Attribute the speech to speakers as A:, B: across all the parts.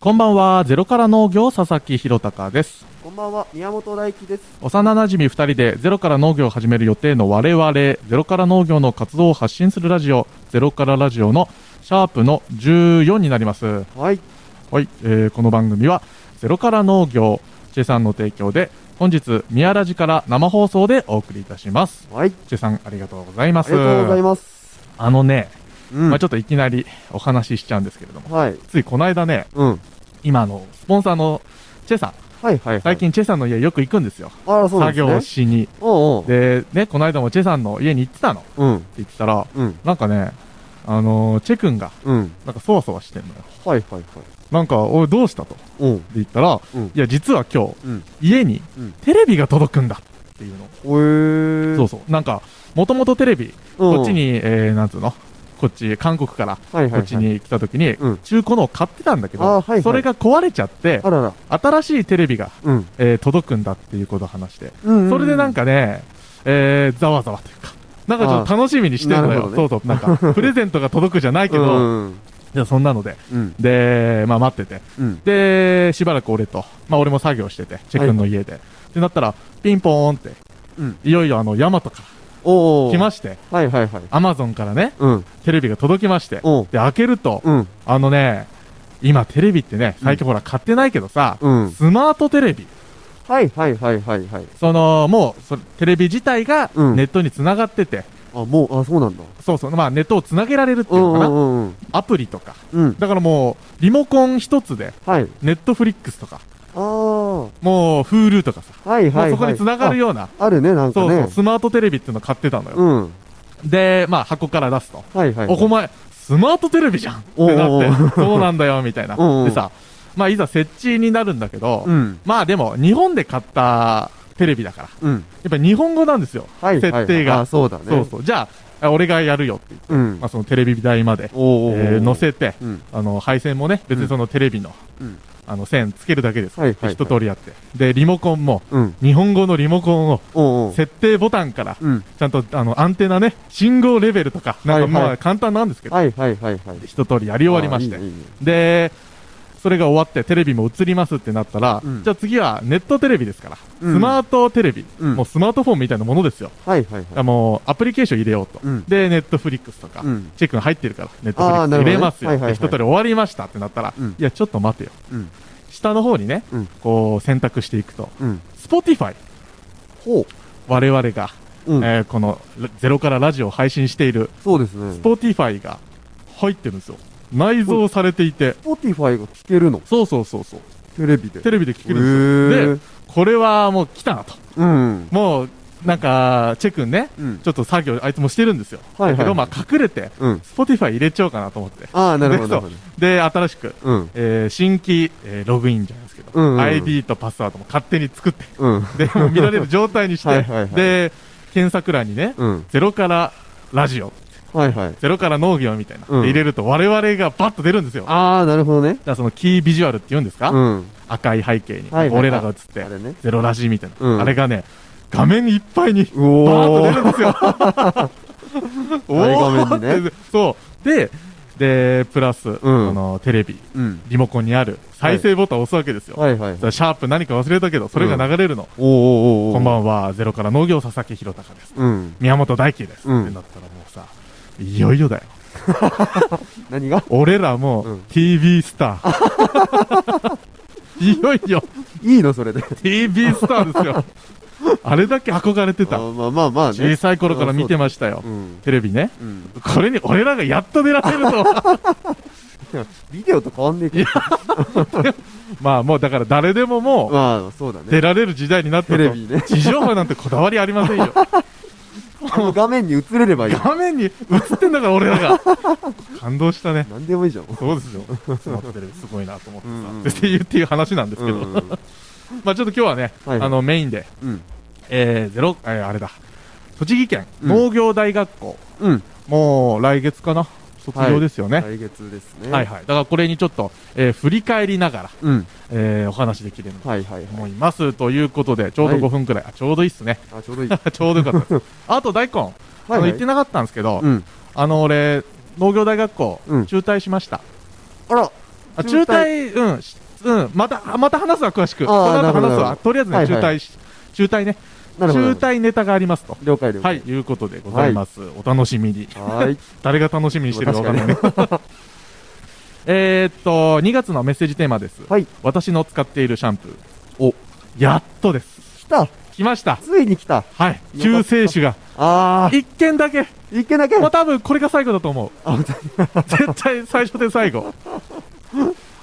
A: こんばんは、ゼロから農業佐々木弘隆です。
B: こんばんは、宮本大輝です。
A: 幼馴染二人でゼロから農業を始める予定の我々、ゼロから農業の活動を発信するラジオ、ゼロからラジオのシャープの14になります。
B: はい、
A: はい、えーこの番組はゼロから農業、チェさんの提供で、本日、宮ラジから生放送でお送りいたします。
B: はい、
A: チェさん、ありがとうございま
B: あ
A: す。
B: りがとうございます。
A: あのね、
B: うん
A: まあちょっといきなりお話ししちゃうんですけれども、
B: はい、
A: ついこの間ね、
B: うん、
A: 今あの、スポンサーのチェさん、
B: はい、はい。
A: 最、近チェさんの家よく行くんですよ。
B: あら、そうなん
A: 作
B: ですね。
A: 業をしに。
B: おう
A: で、ね、この間もチェさんの家に行ってたのって
B: おう、うん、
A: 言ってたら、
B: うん、
A: なんかね、あのーチェ君が、
B: うん、
A: なんかそわそわしてんのよ。
B: はい、はい、はい。
A: なんか、おい、どうしたと。って
B: うん、
A: 言ったら、
B: うん
A: い、や、実は今日、
B: うん、
A: 家に
B: うん
A: テレビが届くんだっていうの。
B: ほえー。
A: そうそう。なんか、もともとテレビ、
B: うん
A: こっち、に、えー、なんつうのこっち、韓国から、
B: はい、はい、
A: こ
B: はい
A: っち。に来た時に
B: うん、
A: 中古のを買ってたんだけど、
B: あーはいはい
A: それが壊れちゃって
B: あ、らら、
A: 新しいテレビが、
B: うん、
A: えー届くんだっていうことを話して、
B: うん。
A: それでなん
B: か、
A: かね、えー、ざわざわというか、なんかちょっと楽しみにしてるの
B: あ
A: よ。
B: ーな
A: そ
B: る
A: うそう、なん か、プレゼントが届くじゃないうけど、
B: ん、
A: じゃあそんなので。
B: うん、
A: で、まあ待ってて。
B: うん。
A: で、しばらく俺と、まあ俺も作業してて、チェ君の家で。ってなったら、ピンポーンって、
B: うん
A: いよいよあの、ヤマトか
B: お
A: ら来
B: う
A: まして、
B: はい、はい、はい。
A: アマゾンからね、
B: うん、
A: テレビが届きまして、
B: おう
A: で、開けると、
B: うん、
A: あのね、今テレビってね、最近ほら買ってないけどさ、
B: うん。
A: スマートテレビ。
B: はい、はい、はい、はい、はい。
A: その、もう、それテレビ自体が
B: うん
A: ネットに繋がってて、
B: あ、もう、あ、そうなんだ。
A: そうそう、まあネットを繋げられるっていううの
B: ん、
A: か
B: う
A: な、
B: ん、うん。
A: アプリとか。
B: うん、
A: だからもう、リモコン一つで、
B: はい。
A: ネットフリックスとか、
B: あー、は
A: もう、Hulu とかさ、
B: い、はい、はい。
A: もうそこに繋がる
B: よ。
A: ような、
B: あるね、なんか
A: そう
B: ね。
A: そう、スマートテレビっていうの買ってたのよ。
B: うん。
A: で、まあ箱から出すと。
B: はいはい。
A: お、お前、スマートテレビじゃんってな
B: おうおう
A: って、そうなんだよ、みたいな。
B: うんうん
A: でさ、まあいざ設置になるんだけど、
B: うん。
A: まあでも、日本で買ったテレビだから、
B: うん。
A: やっぱり日本語なんですよ、
B: はいはい、はい。
A: 設定が。
B: あ、そうだね。
A: そうそう。じゃあ、あ俺がやるよって言って、
B: うん。
A: まあそのテレビ台まで、
B: お
A: え
B: ー
A: ー載。せて、
B: うん。
A: あの、配線もね、別にそのテレビの、
B: うん。
A: あの、線つけるだけですから。
B: はいはいはい
A: 一通りやって。で、リモコンも、
B: うん。
A: 日本語のリモコンを、
B: おうおう。
A: 設定ボタンから、
B: うん。
A: ちゃんと、あの、アンテナね、信号レベルとか、なんか
B: はいはい
A: まあ簡単なんですけど、
B: はいはいはいはい。
A: 一通りやり終わりまして
B: あー。いいねいいね
A: で、それが終わってテレビも映りますってなったら、
B: うん
A: じゃあ次はネットテレビですから、
B: うん
A: スマートテレビ、
B: うん
A: もうスマートフォンみたいなものですよ。
B: はいは
A: だ
B: い
A: か
B: は
A: ら
B: い。
A: もうアプリケーション入れようと。
B: うん
A: で、ネットフリックスとか、
B: うん。
A: チェックが入ってるから、ネットフリ
B: あ
A: ッ
B: ー
A: ク
B: な
A: ス入
B: るほどね
A: れますよ。
B: はいはいはい
A: で一通り終わりましたってなったら、
B: うん
A: いや、ちょっと待てよ。
B: うん。
A: 下の方にね、
B: うん
A: こう選択していくと、
B: うん。
A: Spotify、
B: ほ
A: 我々が、
B: う。うん。
A: えーこのゼロからラジオを配信している
B: そうですね。ス
A: Spotify が入ってるんですよ。内蔵されていて、
B: ポティファイが聞けるの
A: そうそうそうそう。
B: テレビで。
A: テレビで聞けるんですよ。
B: る
A: で、これはもう来たなと。
B: うん。
A: もう、なんか、チェ君ね、
B: うん
A: ち。ょっと作業、あいつもしてるんですよ。
B: はいはい
A: だけど、まあ、隠れて、
B: うん。
A: Spotify 入れちゃおうかなと思って。
B: ああ、なるほど。なるほど
A: で、新しく、
B: うん。
A: えー新規、えーログインじゃないですけど、
B: うんうんうん
A: ID とパスワードも勝手に作って、
B: うん。
A: で、 もう見られる状態にして、
B: はいはいはい
A: で、検索欄にね、
B: うん。
A: ゼロからラジオ、
B: はいはい。
A: ゼロから農業みたいな、
B: うん
A: で入れると我々がバッと出るんですよ。だか
B: ああ、なるほどね。
A: らそのキービジュアルって言うんですか、
B: うん。
A: 赤い背景に、
B: はいはいはい
A: 俺らが映って
B: あ、れね。
A: ゼロラジみたいな、
B: うん
A: あれがね、画面いっぱいに、
B: う
A: バ
B: お
A: ーッと出
B: ー。
A: るんですよ。お
B: 大
A: ー
B: 画面に
A: ってそう。で、で、プラス、あの、テレビ、
B: うん。
A: リモコンにある再生ボタンを押すわけですよ。
B: はいはいはい。
A: さあシャープ何か忘れたけど、それが流れるの。
B: おーおーおーおー。
A: こんばんは、ゼロから農業佐々木弘隆です。
B: うん。
A: 宮本大輝です。
B: うん
A: ってなったらもうさ、いよいよだよ。
B: 何が
A: 俺らも、
B: うん
A: TV スター。 いよいよ、
B: いいのそれで。
A: TV スターですよ。あれだけ憧れてた
B: あ。まあまあまあね。
A: 小さい頃から見て
B: ま
A: ましたよ
B: う。ん。
A: テレビね。
B: うん。
A: これに俺らがやっと出られると。
B: ビデオと変わんねえけど。
A: まあもうだから誰でもも
B: まあ、そうだ
A: う出
B: ね。
A: られる時代になった
B: テレ
A: と。
B: ビね。
A: 地上波なんてこだわりありませんよ。
B: あの画面に映れればいい。
A: 画面に映ってんだから俺ら が。感動したね。
B: 何でもいいじゃん。
A: そうですよ。スマートテレビすごいなと思
B: うんうんう
A: っ
B: ん
A: てさ。っていうっていう話なんです
B: う
A: け
B: ん
A: ど。。まあちょっと今日はね、
B: はいはい
A: あのメインで、
B: うん。
A: えー、ゼロ、えー、あれだ。栃木県
B: うん
A: 農業大学校。
B: うん。
A: もう来月かな卒業ですよね。
B: 来月ですね。
A: はいはい。だからこれにちょっと、えー振り返りながら、
B: うん。
A: えーお話できればと
B: はいはいはい。
A: 思います。ということで、ちょうど
B: はい
A: 5分くらい。あ、ちょうどいいっすね。
B: あ、ちょうどい い。
A: ちょうどよか ったです。あと、大根。あ
B: はい
A: の、
B: はい
A: 言ってなかったんですけど、
B: うん。
A: あの、俺、農業大学校
B: う、ん
A: 中退しました。
B: あら、
A: あ中退、うん、しうん、また、また話すわ、詳しく。
B: あー
A: この後
B: なるほど
A: 話す
B: なる
A: わ。
B: ほど
A: とりあえずね、
B: はい
A: 中
B: はい
A: 退し、中退ね。
B: なるほど。
A: 中退ネタがありますと。
B: 了解了
A: はい、
B: 解。
A: いうことでございます。お楽しみに。
B: はーい。
A: 誰が楽しみにしてるかわかんないね。
B: 確かに
A: えーっと、2月のメッセージテーマです。
B: はい。
A: 私の使っているシャンプー。お、やっとです。
B: 来た。
A: 来ました。
B: ついに来た。
A: はい。救世主 が。
B: あ
A: 一件だけ。
B: ー、いけなきゃ。
A: もう多分これが最後だと思う。
B: あ、本当に
A: 絶対最初で最後。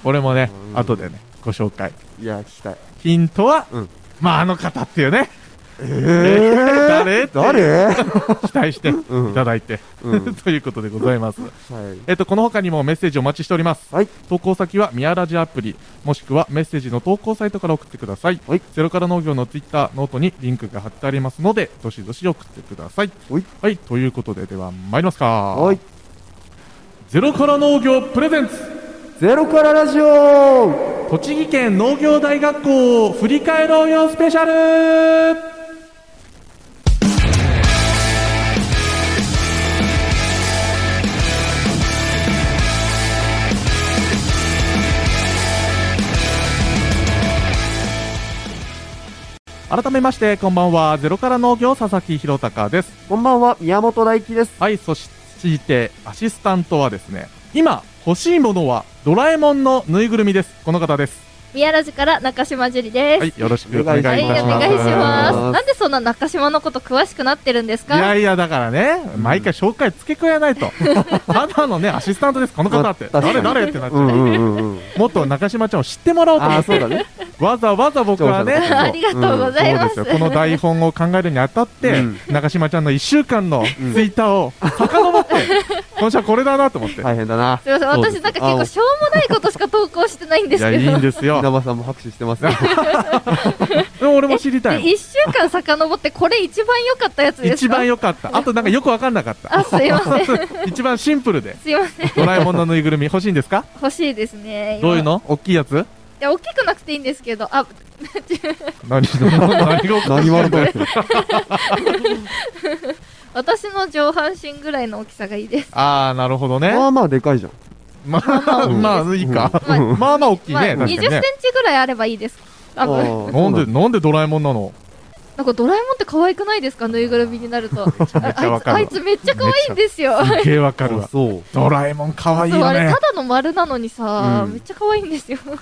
A: 俺もね、後でね、ご紹介。
B: いや、聞きたい。
A: ヒントは、
B: うん
A: まああの方っていうね、
B: えー、
A: 誰って
B: 誰
A: 期待してい
B: うん
A: ただいて、
B: う ん
A: ということでございます。
B: はい。
A: えっと、この他にもメッセージお待ちしております。
B: はい。
A: 投稿先はミヤラジアプリ、もしくはメッセージの投稿サイトから送ってください。
B: はい
A: ゼロから農業のツイッター、ノートにリンクが貼ってありますので、どしどし送ってください。
B: はい。
A: はい、ということで、では参りますか。
B: はい。
A: ゼロから農業プレゼンツ
B: ゼロからラジオ
A: 栃木県農業大学校を振り返ろうよスペシャル改めましてこんばんはゼロから農業佐々木弘隆です
B: こんばんは、宮本大輝です。
A: はい、そしてアシスタントはですね、今欲しいものはドラえもんのぬいぐるみです。この方です。
C: ミヤラジから中島樹里です。
A: はい、よろしくお願いいた
C: はい、
A: し
C: お
A: ます。
C: 願いします
B: お願いします
C: なんでそんな中島のこと詳しくなってるんです
A: いや
C: か
A: いや、だからね、毎回紹介付け加えないと。ただのね、アシスタントです、この方って。
B: まあ確か
A: 誰
B: に
A: 誰ってなっちゃ
B: う
A: う。
B: んうんうんうん。
A: もっと中島ちゃんを知ってもらおうと
B: あ
A: 思
B: あ、
A: って
B: そうだね。
A: わざわざ僕はね、
B: そうそうそう
C: ありがとうござい
A: そう
C: ま。
A: ですすよ。この台本を考えるにあたって、
B: うん
A: 中島ちゃんの1週間のツイッターを遡って、今週はこれだなと思って。
B: 大変だな。
C: すみません、
A: そうです
C: 私なんか結構しょうもないことしか投稿してないんで
A: い
C: す
A: や、
C: け
A: い
C: ど。
A: いんですよ。
B: 稲葉さんも拍手してま すよ。
A: でも俺も知りたいもん
C: で一週間遡ってこれ一番良かったやつですか。
A: 一番良かった。あとなんかよくわかんなかった。
C: あ、すいません。
A: 一番シンプルで。
C: すいません。
A: ドラえもんのぬいぐるみ欲しいんですか
C: 欲しいですね。
A: どういう
C: 今
A: の大きいやつ
C: いや、大きくなくていいんですけど、あ、
A: 何の何が起こ
B: 何
A: る
B: 者だよ。
C: 私の上半身ぐらいの大きさがいいです。
A: あー、なるほどね。
B: まあまあでかいじゃん。
A: まあ、まあ、いいか。
C: まあ
A: まあまあ大きい
C: まあ、
A: ね。
C: 20
A: 確か
C: センチ
A: にね。
C: ぐらいあればいいです。多
B: あ
C: 分。
B: ー
A: なんで、なんでドラえもんなの
C: なんかドラえもんって可愛くないですかぬいぐるみになると。あ
A: ちゃ めちゃわ
C: いつ
A: かるわ
C: あいつめっちゃ可愛いんですよ。
A: すっげえわかる
B: あ
A: わ。
B: そう。
A: ドラえもん可愛い
C: そう
A: よ
C: あれ
A: ね
C: た。だの丸なのにさ、
B: うん
C: めっちゃ可愛いんですよ。
A: で
B: へ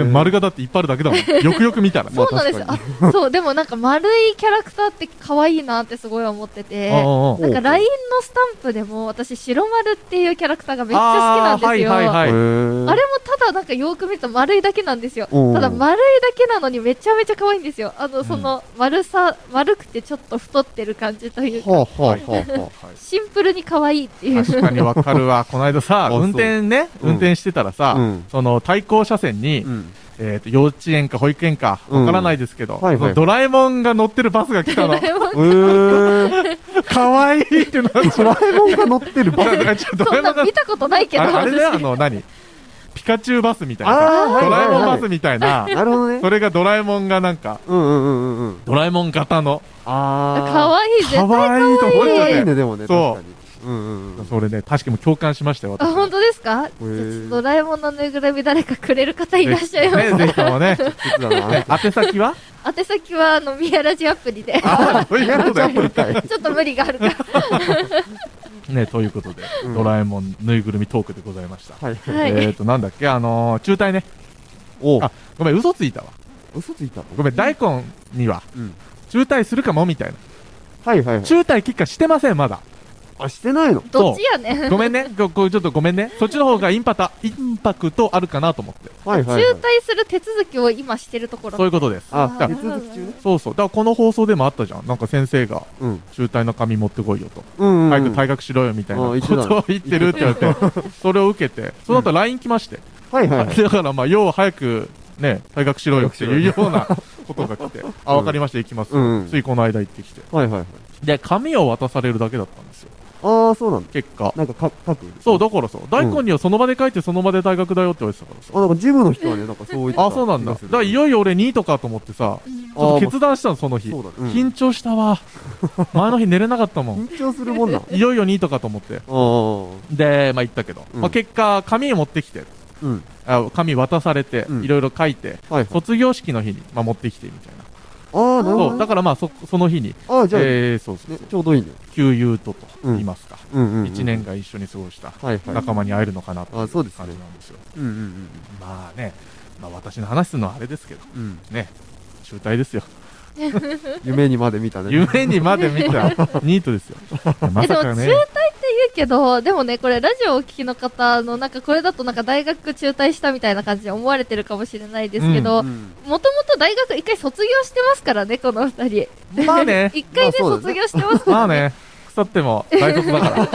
B: え
A: 丸がだっていっぱいあるだけだもん。よくよく見たら。
C: そうなんですよ。あそう、でもなんか丸いキャラクターって可愛いなってすごい思ってて。
A: あ
C: なんか LINE のスタンプでも私白丸っていうキャラクターがめっちゃ好きなんですよ。
A: あーはいはいはい
B: へー
C: あれもただなんかよく見ると丸いだけなんですよ。
B: おー
C: ただ丸いだけなのにめちゃめちゃ可愛いんですよ。あの、その丸さ、丸くてちょっと太ってる感じというか、
B: はあはあはあはあ。
C: シンプルに可愛いっていう。
A: 確かにわかるわ。 この間さ、
B: あそう
A: 運転ね、
B: うん
A: 運転してたらさ
B: うん、
A: その対向車線に、
B: うん。
A: えー、と幼稚園か保育園かわからないですけど、
B: うんはいはい
A: そのドラえもんが乗ってるバスが来たの
B: えー、
A: かわいいってなっ ちゃう
B: ドラえもんが乗ってるバス。
A: なんかちょっとドラ
C: そ
A: え
C: ん
A: も
C: なん
A: が
C: 見たことないけど、
A: あれあれだよあ
C: 私。
A: の何ピカチュウバスみたいなさ
B: あー
A: ドラえもんバス
B: はい
A: みたいな
B: なるほどね
A: そ。れがドラえもんがなんか
B: うんうんうんうんうん。
A: ドラえもん型の
B: あー。
C: 可愛い、絶
A: か
C: 対。
A: わいいと
B: こ
A: 思っ
B: れ
A: ちゃ
B: はい
A: っ
B: い
A: て
B: ね、でもね。
A: そう
B: 確かに。うんうんうん。
A: それね確かに共感しましたよ
C: あ、
A: 私
C: 本当ですかちょっとドラえもんのぬいぐるみ誰かくれる方いらっしゃいま
A: ね
C: す。
A: ぜひともね
B: 切だな。
A: 宛先は
C: 宛先は、あの、ミヤラジアプリで。
A: あそういうことだよ
B: はい
C: ちょっと無理があるから。
A: ねということで
B: うん
A: ドラえもんぬいぐるみトークでございました
B: はい。
C: はい
A: えっとなんだっけあのー中退ね
B: お
A: あごめん嘘ついたわ
B: 嘘ついたの
A: ごめん大根には
B: うん。
A: 中退するかもみたいな
B: はいはいはい。
A: 中退結果してませんまだ
B: あ、してないの
C: どっちやねん。
A: ごめんね、ごごちょっとごめんね。そっちの方がインパタ、インパクトあるかなと思って。
B: はい
C: 中
B: はいはい。
C: 退する手続きを今してるところ。
A: そういうことです。
B: あ、
C: あー
B: 手続き中ね。
A: そうそう。だからこの放送でもあったじゃん。なんか先生が、
B: うん。
A: 中退の紙持ってこいよと。
B: うんうん。
A: 早く退学しろよみたいなこ
B: あー言ってた
A: とを言ってるって言われて、それを受けて、その後 LINE 来まして。
B: はいはい
A: だ
B: はい。
A: からまあ、要は早く、ね、退学しろよっていうようなことが来て、あ、わかりました、行きます
B: う。んうん
A: ついこの間行ってきて。
B: はいはいはい。
A: で、紙を渡されるだけだったんですよ。
B: ああ、そうなんだ。
A: 結果。
B: なんかか書く。
A: そう、だからさ、大根にはその場で書いてその場で退学だよって言われてたからさ。
B: あ、なんかジムの人はね、なんかそういった。
A: あ、そうなんだ。だ
B: 気がする
A: からいよいよ俺2位とかと思ってさ、ち
B: あ
A: ょっと
B: ー
A: 決断したの、その日。
B: そうだねうん
A: 緊張した わ。前の日寝れなかったもん。
B: 緊張する もんなの。
A: いよいよ2位とかと思って。
B: あ
A: で、まあ行ったけど。
B: うん
A: まあ結果、紙持ってきて。
B: うん。
A: あ紙渡されて
B: うん
A: いろいろ書いて、
B: はいはい。
A: 卒業式の日に、まあ、持ってきてみたいな
B: ああ、なるほ
A: そ
B: ど
A: う。だからまあそその日に、
B: ああ、じゃあ、
A: えーそうそう
B: ね、ちょうどいいね。
A: 旧友とと言いますか、
B: うんうん、うん。
A: 一1年。間一緒に過ごした
B: はいはい。
A: 仲間に会えるのかなという
B: あそうですね
A: 感じなんですよ
B: うんうんうん
A: まあね、まあ、私の話するのはあれですけど
B: うん。うん。
A: ね中退ですよ
B: 夢にまで見たね。
A: 夢にまで見 たニートですよま
C: えで
A: さ
C: も
A: か
C: 中退
A: ね
C: って言うけど、でもね、これラジオをお聞きの方の、なんかこれだとなんか大学中退したみたいな感じで思われてるかもしれないですけど、
B: う
C: も
B: ん。
C: ともと大学一回卒業してますからね、この二人。
A: まあね
C: 一回で
B: まあそうだ
C: 卒
B: ね
C: 業してますから
A: まあね腐っても大卒だから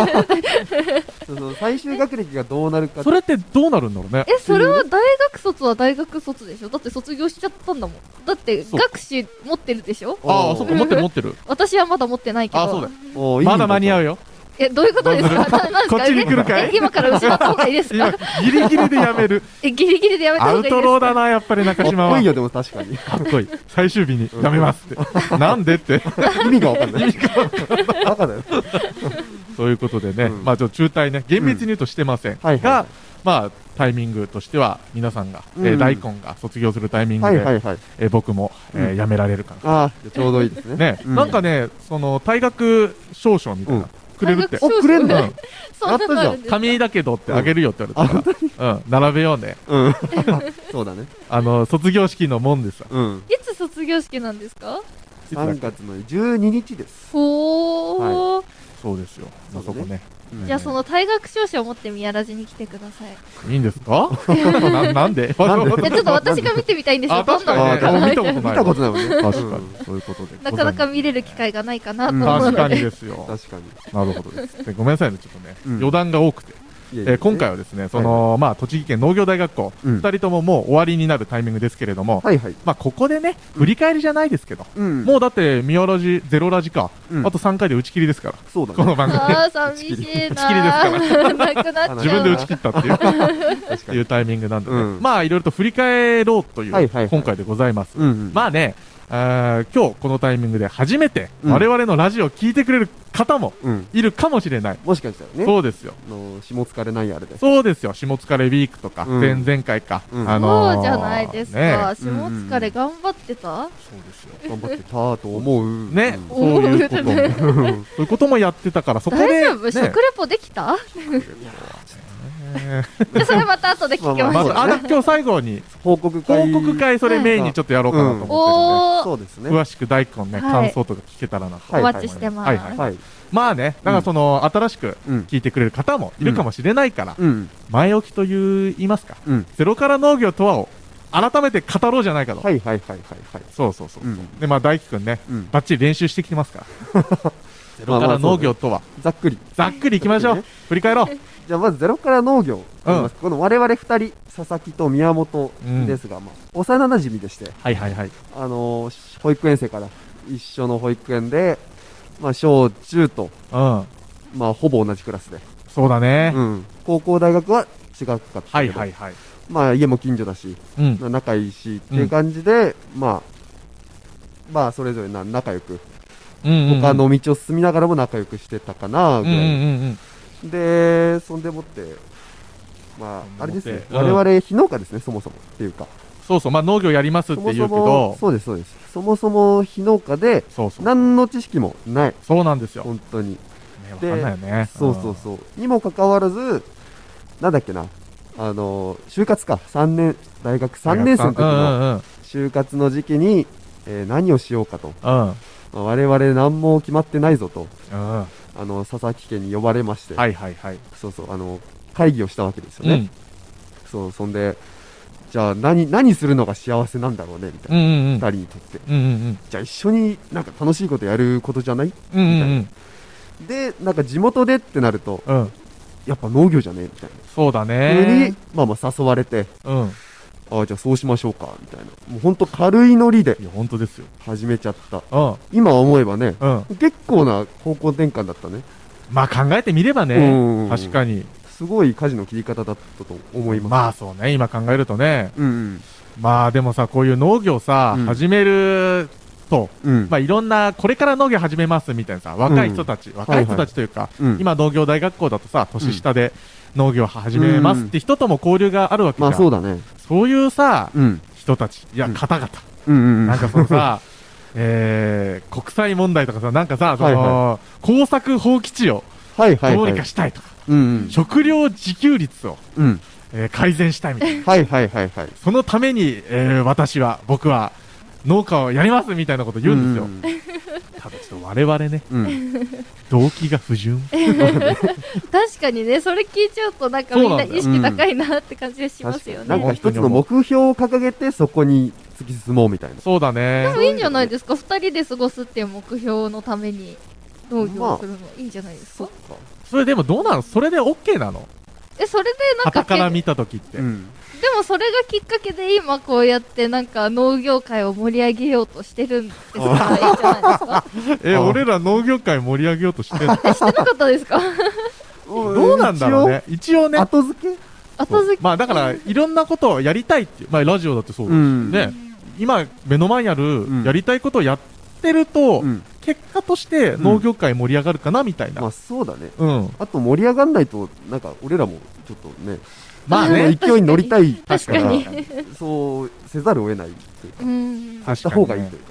B: そうそう、最終学歴がどうなるか
A: それってどうなるんだろうね
C: え、それは大学卒は大学卒でしょだって卒業しちゃったんだもん。だって、
A: そうか
C: 学士持ってるでしょ
A: ああそっか持ってる持ってる
C: 私はまだ持ってないけど。
A: あそうだよ
B: おーいい
A: まだ間に合
B: う。
A: うよ
C: え、どういうことですかななんですか
A: こっちに来るかい
C: え今から失った方がいいです
A: 今
C: か
A: ギリギリでやめ る
C: え、ギリギリでやめ
A: ア
C: た方
A: ウ
C: がいいですか
A: トローだなやっぱり中島
B: か
A: は
B: っこいい
A: か
B: よ、でも確かに。
A: っこいい最終日にやめます ってなんでって
B: 意味がわ かんない。意味がわかんない。バカだよ。
A: ということでね、
B: うん
A: まあちょっと中退ね、厳密に言うとしてませんが、
B: はいはい
A: まあタイミングとしては、皆さんが、
B: うん
A: えー大根が卒業するタイミング
B: は
A: で、
B: いはいはい。
A: えー僕も、えー
B: うん
A: 辞められるかな。
B: ああ、ちょうどいいですね。
A: ね、
B: うん
A: なんかね、その退学証書みたいな、
B: うん
A: くれるって
C: 退。
B: お、くれん
A: う
B: だ。
A: ん、
C: そんなのあるんですか
A: 紙だけどってあげるよって言われたから、うん、並べようね。
B: うん。そうだね。
A: あの、卒業式のもんでさ。
B: うん。
C: いつ卒業式なんですか
A: いつだっけ
B: 3月の12日です。
C: ほー。
A: そうですよ。まあそ
B: そ
A: こ
B: うね
A: ね。
B: うん
C: じゃあその退学証書を持って宮ラジに来てください。
A: いいんですか ななんで
B: なんで
C: いや、ちょっと私が見てみたいんですよ。
A: あ、確かにね。
C: どん
A: あ
C: な
A: 見たこと
B: 見
A: ない。
B: たことないもんね。
A: 確か
B: う
A: に、そういうことで。
C: なかなか見れる機会がないかなと
B: うん
C: 思う
A: 確
C: の
A: かに
C: で。
A: ですよ
B: ん。。確かに。
A: なるほどです。でごめんなさいね、ちょっとね、
B: うん
A: 余談が多くて。
B: いやいや
A: えー今回はですね、その、まあ、栃木県農業大学校、
B: うん
A: 二人とももう終わりになるタイミングですけれども、
B: はいはい。
A: まあ、ここでね、振り返りじゃないですけど、
B: うん
A: もうだって、ミオラジ、ゼロラジか、
B: うん
A: あと3回で打ち切りですから、
B: そうだ
A: この
B: ね。
A: 番組。
C: あー、寂しい
A: 打ち切りです
C: なー。 なくなっちゃう。
A: 自分で打ち切ったっていう
B: 確か
A: い
B: に
A: う。タイミングなんでね、
B: うん
A: まあ、いろいろと振り返ろうとい
B: はいはいは
A: う、
B: い
A: 今回でございます。
B: うんうん。
A: まあね、あー今日このタイミングで初めて、
B: うん
A: 我々のラジオを聞いてくれる方も
B: うん。
A: いるかもしれない。
B: もしかしたらね、
A: そうですよ。
B: あの、下疲れないあれで。
A: そうですよ。下疲れウィークとか、
B: うん
A: 前々回か。
B: うん
A: あのー、
C: そうじゃないですか。
A: ね
C: 下疲れ頑張ってた
A: そうですよ。
B: 頑張ってたと思う。
A: ね、
B: うん
A: そういうことも、
C: 思うよね
A: そういうこともやってたから、そこで、
C: 大丈夫
A: ね、
C: 食レポできた
A: え
C: じゃあそれまた後で聞き
A: ー
C: まし
A: ま
C: ょう
A: ず、。あ、だ今日最後に、
B: 報告
A: 報
B: 会。
A: 告。会、それメインにちょっとやろうかなと思っ
C: おー
B: そうです
A: て
B: ね。
A: るんで、詳しく大根ね、
C: はい
A: 感想とか聞けたらなと。
B: はい
C: お待ちしてます。
A: はいはい
B: はい。
A: まあね、だからその、新しく
B: うん。
A: 聞いてくれる方もいるかもしれないから、
B: うん。
A: 前置きという、言いますか、
B: うん。
A: ゼロから農業とはを、改めて語ろうじゃないかと。
B: はいはいはいはいはい。
A: そうそうそう。
B: うん。
A: で、まあ、大輝くんね、
B: うん。
A: バッチリ練習してきてますから。ゼロ
B: まあ
A: から
B: まあそ
A: 農
B: うだね
A: 業とは、
B: ざっくり。
A: ざっくりいきましょ
B: ざっ
A: う
B: く。
A: 振り返ろう。
B: じゃあまずゼロから農業。この我々二人、佐々木と宮本ですが、まあ、幼馴染でして、
A: はいはいはい。
B: あのー保育園生から一緒の保育園で、まあ、小中と、
A: うん。
B: まあ、ほぼ同じクラスで、
A: そうだね。
B: うん、高校大学は違かったけど
A: はいはいはい。
B: まあ、家も近所だし、
A: うん。
B: まあ仲いいしっていう感じで、まあまあそれぞれな仲良く
A: うんうんうん
B: 他の道を進みながらも仲良くしてたかな
A: うん
B: ぐ
A: う
B: らい、
A: んうん
B: でそんでもってまああれですね、
A: うん
B: 我々非農家ですねそもそもっていうか
A: そうそう、まあ農業やりますっ
B: そ
A: て
B: も
A: 言うけ
B: そ
A: ど
B: も、そうですそうですそもそも非農家で
A: そうそう。
B: 何の知識もない
A: そうなんですよ。ね
B: 本当に
A: わか
B: で
A: んないよね。
B: そうそうそう。にもかかわらず、なんだっけな、あの、就活か、3年、大学3年生の時
A: うんう
B: の
A: んうん
B: 就活の時期に、えー何をしようかと。
A: うん。うん。
B: まあ我々何も決まってないぞと、
A: は
B: あの、佐々木家に呼ばれまして、
A: いはいはい。
B: そうそう、あの、会議をしたわけですよ
A: うん。う
B: ね。
A: ん
B: そう、そんで、じゃあ何、何するのが幸せなんだろうね、みた
A: う
B: いな。
A: んうん。
B: 二人にとって。
A: うんうん
B: じゃあ一緒になんか楽しいことやることじゃない
A: うん。うんうん
B: で、なんか地元でってなると、
A: うん。うん。
B: やっぱ農業じゃねえみたいな。
A: そうだ
B: ふう
A: ね
B: に。、まあまあ誘われて、
A: うん。
B: ああ、じゃあそうしましょうか、みたいな。もうほんと軽いノリで
A: いや、本当ですよ。
B: 始めちゃった。
A: うん。
B: 今思えばね、
A: うん。
B: 結構な方向転換だったね。
A: まあ考えてみれば
B: う
A: ね
B: ん、
A: 確かに。
B: すごい舵の切り方だったと思います。
A: まあそうね、今考えるとね。
B: うん
A: まあでもさ、こういう農業さ
B: う、ん
A: 始めると、
B: うん。うん。
A: まあ、いろんな、これから農業始めますみたいなさ、若い人たち、若い人たちというか、
B: うん
A: 今農業大学校だとさ、年下で、農業を始めますって人とも交流があるわけじ
B: ま
A: ゃん、
B: あそうだね。
A: そういうさ、
B: うん。
A: 人たち、いや、
B: うん
A: 方々、
B: うんうんう
A: なん
B: ん。
A: かその さ、えー、国際問題とかさ、なんかさ、その、
B: は
A: 工作放棄地を
B: はいはい
A: どう
B: は
A: にか
B: い。
A: したいとか、
B: うんうん。
A: 食料自給率を、
B: うん。
A: えー改善したいみたいな。
B: はいはいはいはい。
A: そのために、えー私は、僕は、農家をやりますみたいなこと言うんですよ。
B: すよ。
A: ただちょっと我々ね、
B: うん。
A: 動機が不純。
C: 確かにね、それ聞いちゃうと、なんかみんな意
B: そう
C: 識
B: なんだ
C: 高いなって感じがしますよ
B: な
A: 確
B: ん
C: ね。
B: か一つの目標を掲げてそこに突き進もうみたいな。
A: そうだ
C: で
A: ね。
C: もいいんじゃないですか、二人で過ごすっていう目標のために農業をするの、いいんじゃないですか。
B: か。
A: それでもどうなのそれで OK なの
C: え、それでなん
A: 旗
C: か
A: から
C: け
A: 見た時って。
B: うん。
C: でもそれがきっかけで今こうやってなんか農業界を盛り上げようとしてるんですから、いいんじゃないです か。
A: え、
B: あ
A: 俺ら農業界盛り上げようとしてる の
C: え、してなかったですか
A: どうなんだろうね。一応
B: 一
A: ね
B: 応。。後付け
C: 後付け。
A: まあだから、いろんなことをやりたいっていう。まあラジオだってそうだし
B: うん
A: ね。今、目の前にある
B: う、ん
A: やりたいことをやってると
B: う、ん。
A: 結果として農業界盛り上がるかなみたい
B: ま
A: な
B: あ。そうだね。
A: うん。
B: あと盛り上がんないと、なんか俺らもちょっとね、
A: まあ
C: うん
A: ね。
B: 勢いに乗りたい
C: 確かに。
B: そうせざるを得ないというか、
C: うん。
A: 確
B: した
A: かに
B: 方
A: ね
B: がいいというか。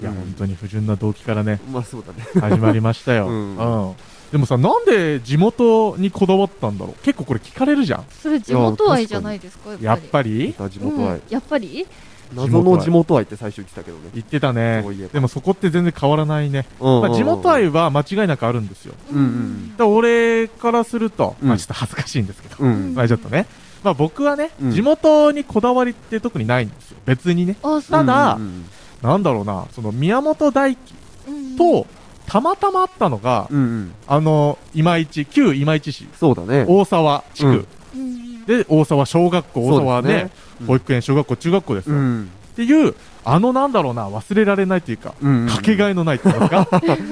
A: いや、
B: うん
A: 本当に不純な動機からね、
B: まあそうだね。
A: 始まりましたよ。う
B: うんん。
A: でもさ、なんで地元にこだわったんだろう結構これ聞かれるじゃん。
C: それ地元愛じゃないですか、
A: や
C: や
A: っ
C: っぱ
A: ぱり
B: 地
C: り。
B: 元愛
C: うん。やっぱり
B: 謎の地元愛って最初言ってたけどね。
A: 言ってたね
B: そういえ。ば
A: でもそこって全然変わらないね。まあ、地元愛は間違いなくあるんですよ。
B: うんうん
A: だから俺からすると、
B: うん
A: まあちょっと恥ずかしいんですけど、
B: うん。うん。
A: まあちょっとね。まあ僕はね、
B: うん
A: 地元にこだわりって特にないんですよ。別にね。
C: あ、そ
A: た
C: う。
A: だ
B: うん
A: なんだろうな、その宮本大輝
C: うん、
A: と、たまたまあったのが、
B: うんうん。
A: あの、今市、旧今市市、
B: そうだね。
A: 大沢地区、
C: うん
A: で、大沢小学校、大沢ね、
B: うん
A: 保育園、小学校、中学校です
B: う
A: よ。っ
B: ん。
A: ていう、あのなんだろうな、忘れられないというか、
B: うん。
A: かけがえのないっていうんですかそ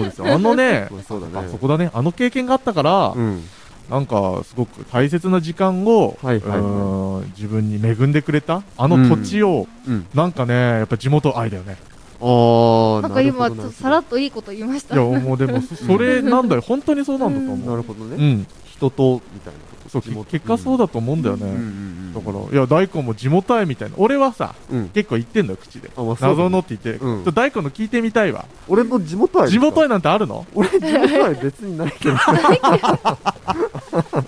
A: うですよ。あのね、
B: そうだね。
A: あそこだね、あの経験があったから、
B: うん。
A: なんか、すごく大切な時間を、
B: はいはいう
A: ーん自分に恵んでくれた、あの土地を、
B: うん。
A: なんかね、やっぱ地元愛だよね。
B: ああ、
C: なんか今、
B: なるほど
C: ちょっとさらっといいこと言いまし
A: い
C: た
A: や、。もうでも、 そそれなんだよ。本当にそうなんだと
B: な
A: 思う。
B: るほど
A: う
B: ね。
A: ん。
B: 人と、みたいなこと。
A: そう、
B: 地元
A: 結果そうだと思うんだよ
B: うんうんう
A: ね。
B: ん。
A: だから、いや、大根も地元愛みたいな。俺はさ、
B: うん。
A: 結構言ってんだよ、口で。
B: あまあそう
A: 謎のって言って、
B: うん
A: ちょ大根の聞いてみたいわ。
B: 俺の地元愛です
A: 地
B: か。
A: 元愛なんてあるの
B: 俺地元愛別にないけど。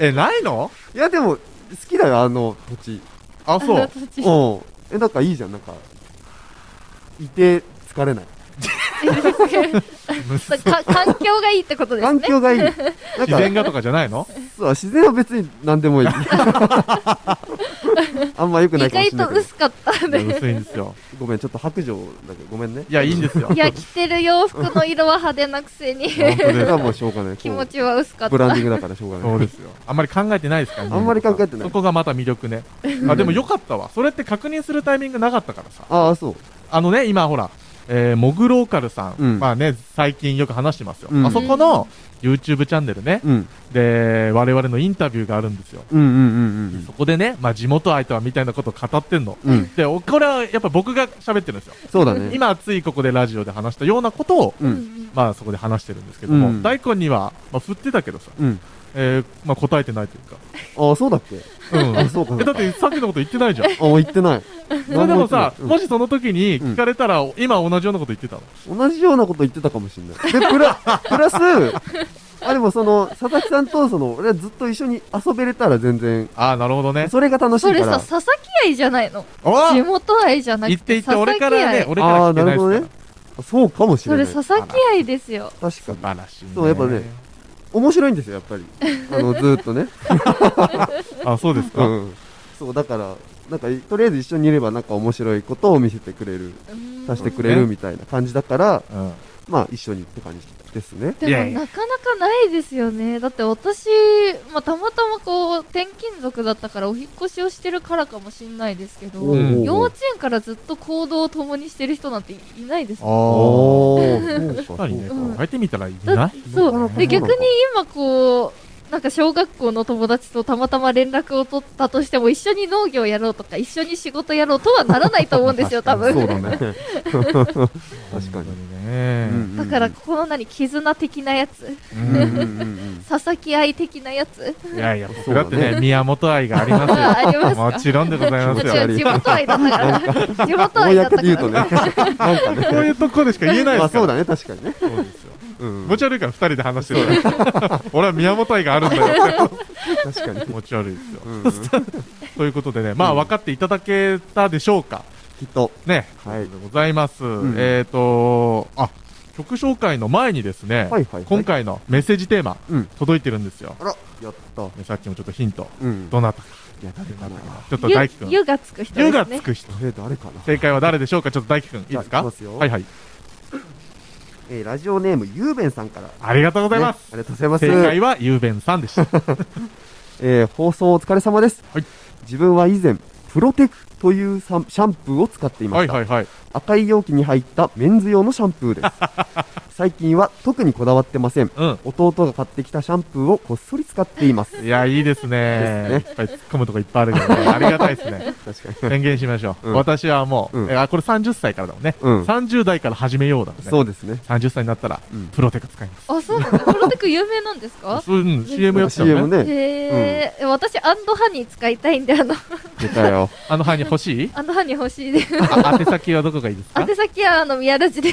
A: え、ないの
B: いやでも、好きだよ、あの土地。
A: あ、
C: あ
A: そ
C: の
A: う。
C: 土地
B: うん。え、なんかいいじゃん、なんか。いて疲れない。
A: むす
C: か環境がいいってことです
B: 環
C: ね。
B: 境 がいい。なん
A: 自然
B: か、
A: がとかじゃない の
B: そう、自然は別に何でも いい。あんま良くな
C: 意
B: いかも
C: 外
B: しれない
C: と
B: けど。
C: 薄かった
A: いや
C: ね。
A: 薄いんですよ。
B: ごめん、ちょっと白状だけど、ごめんね。
A: いや、いいんですよ
C: い。や、着てる洋服の色は派手なくせに、
A: 本当
B: それ
A: で
B: はもうしょうがない。
C: 気持ちは薄か
B: こう
C: っ
B: ブラン
C: た
B: デ。ィングだからしょうがない。
A: そうですよ。あんまり考えてないですからね。
B: あんまり考えてな
A: そ
B: い。
A: こがまた魅力ね。あ、でもよかったわ。それって確認するタイミングなかったからさ。
B: ああ、そう。
A: あのね、今ほら、えー、モグローカルさん、
B: うん
A: まあね、最近よく話してますよ。
B: うん
A: あそこの YouTube チャンネルね、
B: うん。
A: で、我々のインタビューがあるんですよ。
B: うんうん
A: そこでね、まあ地元愛とはみたいなことを語ってんの。
B: うんうん。うん。
A: で、おこれはやっぱ僕が喋ってるんですよ。
B: そうだね。
A: 今ついここでラジオで話したようなことを、
B: う。
C: うんん
A: まあそこで話してるんですけども、
B: うん
A: 大根には、まあ振ってたけどさ、
B: うん。
A: えー、まあ答えてないというか。
B: ああ、そうだっけ
A: うん。
B: あそうか。
A: え、だってさっきのこと言ってないじゃん。
B: あ、もう言ってない。
A: それでもさ、
B: うん
A: もしその時に聞かれたら、今同じようなこと言ってたの。
B: 同じようなこと言ってたかもしれ ない。で、プラ、プラス、あ、でもその、佐々木さんとその、俺はずっと一緒に遊べれたら全然、
A: ああ、なるほどね。
B: それが楽しい
C: そ
B: か
C: れさ、
B: ら。
C: 佐々木愛じゃないの。
A: お
C: 地元愛じゃなく
A: 言って
C: て、
A: 言って、
C: 佐々
A: 俺
C: 木
A: からね、
C: 愛。
A: 俺から
B: ああ、
A: 聞け
B: な
A: ないですから
B: るほどね。。そうかもし
C: そ
B: れな
C: れ
B: い。
C: 佐々木愛ですよ。
B: 確か
A: 素
B: に。
A: 晴らしい、ね。
B: そうやっぱね面白いんですよ、やっ ぱり。あの、ずーっとね。
A: あ、そうですか。
B: うん。そう、だから、なんか、とりあえず一緒にいれば、なんか面白いことを見せてくれる、
C: うん
B: させてくれるみたいな感じだから、
A: うん。
B: まあ、一緒にって感じですね。
A: いや
C: で
A: い
C: も
A: や
C: なかなかないですよね。だって私、まあ、たまたまこう、転勤族だったからお引っ越しをしてるからかもしんないですけど、
A: ー
B: ー
C: 幼稚園からずっと行動を共にしてる人なんていいないです
A: あ
C: もん
A: ー。
B: おー、そうか
A: 確かにね、
C: うん
A: 考えてみたらい
C: だ
A: ない
C: そ
A: もん
C: う。
A: ね
C: で、逆に今こう、なんか小学校の友達とたまたま連絡を取ったとしても、一緒に農業やろうとか、一緒に仕事やろうとはならないと思う んですよ、多分。
B: そうだね。
A: 本
B: 確かに
A: 当ね
B: うん
C: だから、この何、絆的なや つ、
B: うん
A: う
B: うんんうん
C: 佐々木愛的なやつ、
A: いやいや、僕
B: そう
A: だ
B: だ
A: っ
B: ね
A: てね、宮本愛 があります よ。
C: あありますか
A: もちろんでございますよ。
B: あ
C: 違う、
B: り
C: 地元愛だったから、地
B: うん。
C: 元愛だっ
B: 公
C: た
B: で
C: か
B: 言うと
C: ら、
B: ね、なんかね。
A: こういうとこでしか言えないで
B: まあ
A: すか
B: そう
A: ら。
B: だね、確かにね。
A: そうですよ
B: うん。
A: 持ち悪いから二人で話してるから。 俺は宮本愛があるんだよ。
B: 確かに。
A: 持ち悪いですよ。
B: うん。き
A: ということでね、まあ
B: うん
A: 分かっていただけたでしょうか。
B: っと。
A: ね。
B: はい。
A: ございます。
B: ん
A: えっと、あ、曲紹介の前にですね
B: はいはいはい、
A: 今回のメッセージテーマ
B: うん、
A: 届いてるんですよ。
B: あら、やった。
A: ねさっきもちょっとヒント。
B: うん。
A: どなたか。
B: いや、誰かな。
A: ちょっと大輝くん。
C: ゆゆがつく人
A: ゆが
C: です
A: つ
C: ね。
A: く人。
B: え、誰かな。
A: 正解は誰でしょうかちょっと大輝くん、いいです
B: じゃあ
A: か
B: いきますよ
A: はいはい。
B: えー、ラジオネーム、ゆうべんさんから。あり
A: ありがとうございます。
B: ありがとうございます。
A: 正解はゆうべんさんで した。
B: えー放送お疲れ様です、
A: はい
B: 自分は以前プロテクというサンシャンプーを使っていま
A: は
B: し
A: い
B: た、
A: はいはい。
B: 赤い容器に入ったメンズ用のシャンプーです 最近は特にこだわってません
A: うん。
B: 弟が買ってきたシャンプーをこっそり使っています
A: いや、いいですね。
B: で
A: いっぱい突っ込むとこいっぱいあるけど ね。ありがたいですね。
B: 確かに
A: 宣言しましょう。
B: うん
A: 私はもう、
B: うん
A: えあ、これ30歳からだもんね。
B: うん
A: 30代から始めようだもんね。
B: そうですね
A: 30歳になったら、
B: うん
A: プロテク使います。
C: あ、そうなんだ。プロテク有名なんですか
A: そううん、CM やってたも
B: CM
A: んね。
B: ね
C: へえ、私、アンドハニー使いたいんで、あの、
B: 出たよ
A: あの、はい、欲しい
C: アンドハニー欲しいです。
A: あ宛先はどこがいいですか
C: 宛先は、あの、宮ラジで。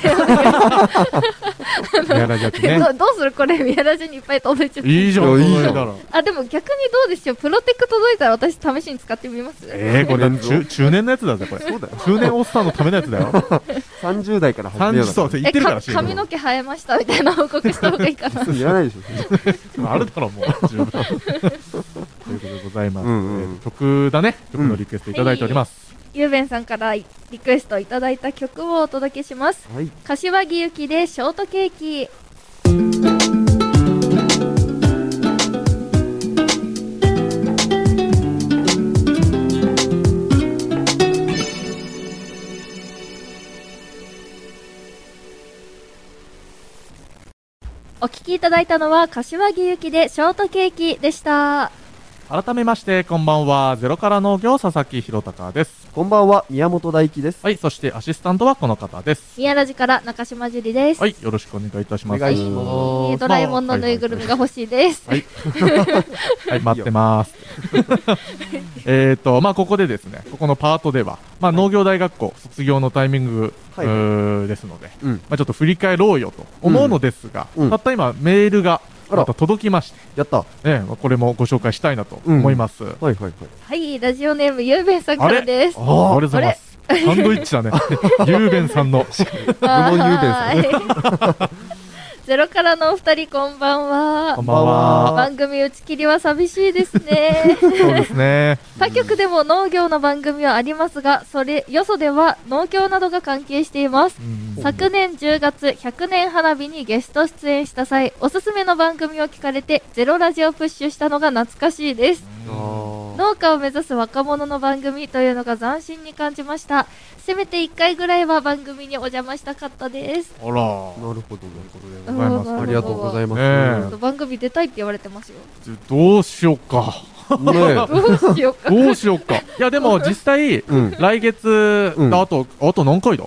A: やらじゃってね。
C: どどうするこれ、宮ラジにいっぱい届いちゃって。
A: いいじゃん、
B: いやいいじゃん
A: それだろ。
C: あ、でも逆にどうでしょうプロテク届いたら私試しに使ってみます
A: えー、これ、
B: なんぞ
A: 中、中年のやつだぜ、これ。
B: そうだよ
A: 中年おっさんのためのやつだ よ。
B: 30代から始め
A: 30
B: ようだか
A: そう
B: ら
A: って言ってるから
C: か髪の毛生えましたみたいな報告した方がいい かな。
B: いらないでしょ
A: あるだろ、もう。十 分ということでございます。
B: うんうん
A: えー曲だね。曲のリクエストいただいております。
C: ゆうべんさんからリクエストいただいた曲をお届けします。
B: はい
C: 柏木由紀でショートケーキ。お聞きいただいたのは柏木由紀でショートケーキでした。
A: 改めまして、こんばんは。ゼロから農業、佐々木弘隆です。
B: こんばんは宮本大輝です
A: はい、そしてアシスタントはこの方です。
C: 宮ラジから中島樹里です。
A: はい、よろしくお願いいたします。
B: お願いします
C: はいドラえもんのぬいぐるみが欲しいです。
A: はいはい、待ってます。えっと、まあ、ここでですね、ここのパートでは、まあ、農業大学校卒業のタイミング、
B: はいう
A: ーですので、
B: うん
A: まあ、ちょっと振り返ろうよと思うのですが、
B: うんうん
A: たった今メールが、
B: あら
A: また届きまして、
B: やったは
A: ええまあこれもご紹介したいなと思います。
B: いはいはい
C: はい、ラジオネームゆうべんさんか
A: あれ
C: らです。
A: あーありがとうございます。サンドイッチだね。ゆうべんさんの。
B: あれ
C: はーい ゼロからのお二人こんばん
A: こん
C: は。
A: ばんは。
C: 番組打ち切りは寂しいです ね。
A: そうですね。
C: 他局でも農業の番組はありますが、それ、よそでは農協などが関係しています。
A: うん
C: 昨年10月100年花火にゲスト出演した際おすすめの番組を聞かれてゼロラジをプッシュしたのが懐かしいです
B: あー
C: 農家を目指す若者の番組というのが斬新に感じましたせめて1回ぐらいは番組にお邪魔したかったです
A: あら。
B: なるほどね
A: ございます
C: うん
B: ありがとうございま
A: ね
B: す
A: え
C: 番組出たいって言われてますよ
A: どうしようか。
B: ねえ。
C: どうしようか
A: どうしようか。いや、でも実際、
B: うん。
A: 来月、
B: うん
A: あと、あと何回だ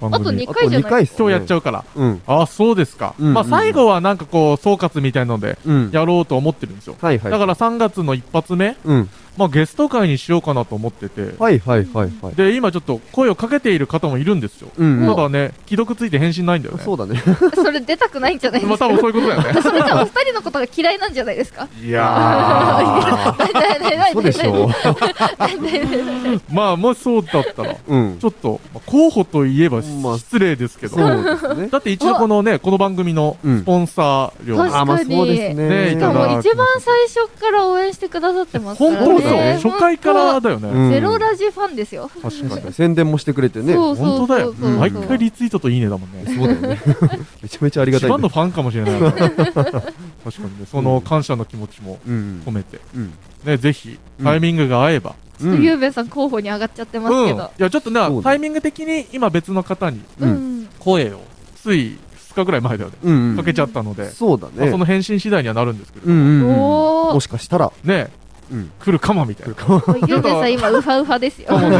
A: 番
C: あと
A: 組
C: 2回じゃない
B: す
A: 今日やっちゃ
B: う。
A: うから。
B: うん。
A: あ、そうですか。
B: うん
A: まあ
B: うん
A: 最後はなんかこう、総括みたいので、
B: うん。
A: やろうと思ってるんですよ。
B: はいはい。
A: だから3月の一発目、
B: うん。
A: まあゲスト会にしようかなと思ってて、
B: はいはいはいはい。
A: で、今ちょっと声をかけている方もいるんですよ。
B: うん。
A: ただね、既読ついて返信ないんだよね。
B: そうだね。
C: それ出たくないんじゃないで
A: まあ
C: すか
A: 多分そういうことだよ ね。
C: それじゃあお二人のことが嫌いなんじゃないですか
A: いや
C: ないない ない
B: そうでし ょ。
C: ないないないない
A: ー。まあもしそうだったら、ち
B: うん。
A: ょっと、まあ候補といえば
B: まあ
A: 失礼ですけど、
B: そうですね。
A: だって一応このね、この番組のスポンサー料
C: うん
B: あ、まあそうです
A: ね
B: ね。
A: い
C: したか
A: だ
C: も一番最初から応援してくださってますから
A: 本
C: ね。
A: 当だよね。初回から
C: 本
A: だよね。
B: う
C: 当
B: ん
C: ゼロラジファンですよ。
A: 確か
B: 確
A: に
B: か。に宣伝もしてくれてね。
C: そう
A: 本当だよ。
C: そうそうそう
A: 毎回リツイートといいねだもんね。
B: そうだよね。 めちゃめちゃありが
A: 一
B: たいね。
A: 番のファンかもしれ ない。確かにね、その感謝の気持ちも
B: うん
A: 込。めて。
B: うん。
A: ね、ぜひ、
B: うん
A: タイミングが合えば。
B: う。
C: ゆうんべさん候補に上がっちゃってま
A: う
C: す
A: ん。
C: け
A: い
C: ど。
A: や、ちょっと
B: そう
A: ね、
B: ね
A: タイミング的に今別の方に
B: う
C: うんん。
A: 声を、つい2日ぐらい前だよね。
B: うんうん
A: かけちゃったので、
B: そうだ
A: まあ
B: ね。
A: その返信次第にはなるんですけど、
B: うんうんうん
C: おー
B: もしかしたら、
A: ね
B: うん。
A: 来るかもみたいな。
C: もうゆうじゅうさん今ウファウファですよ。
A: そうね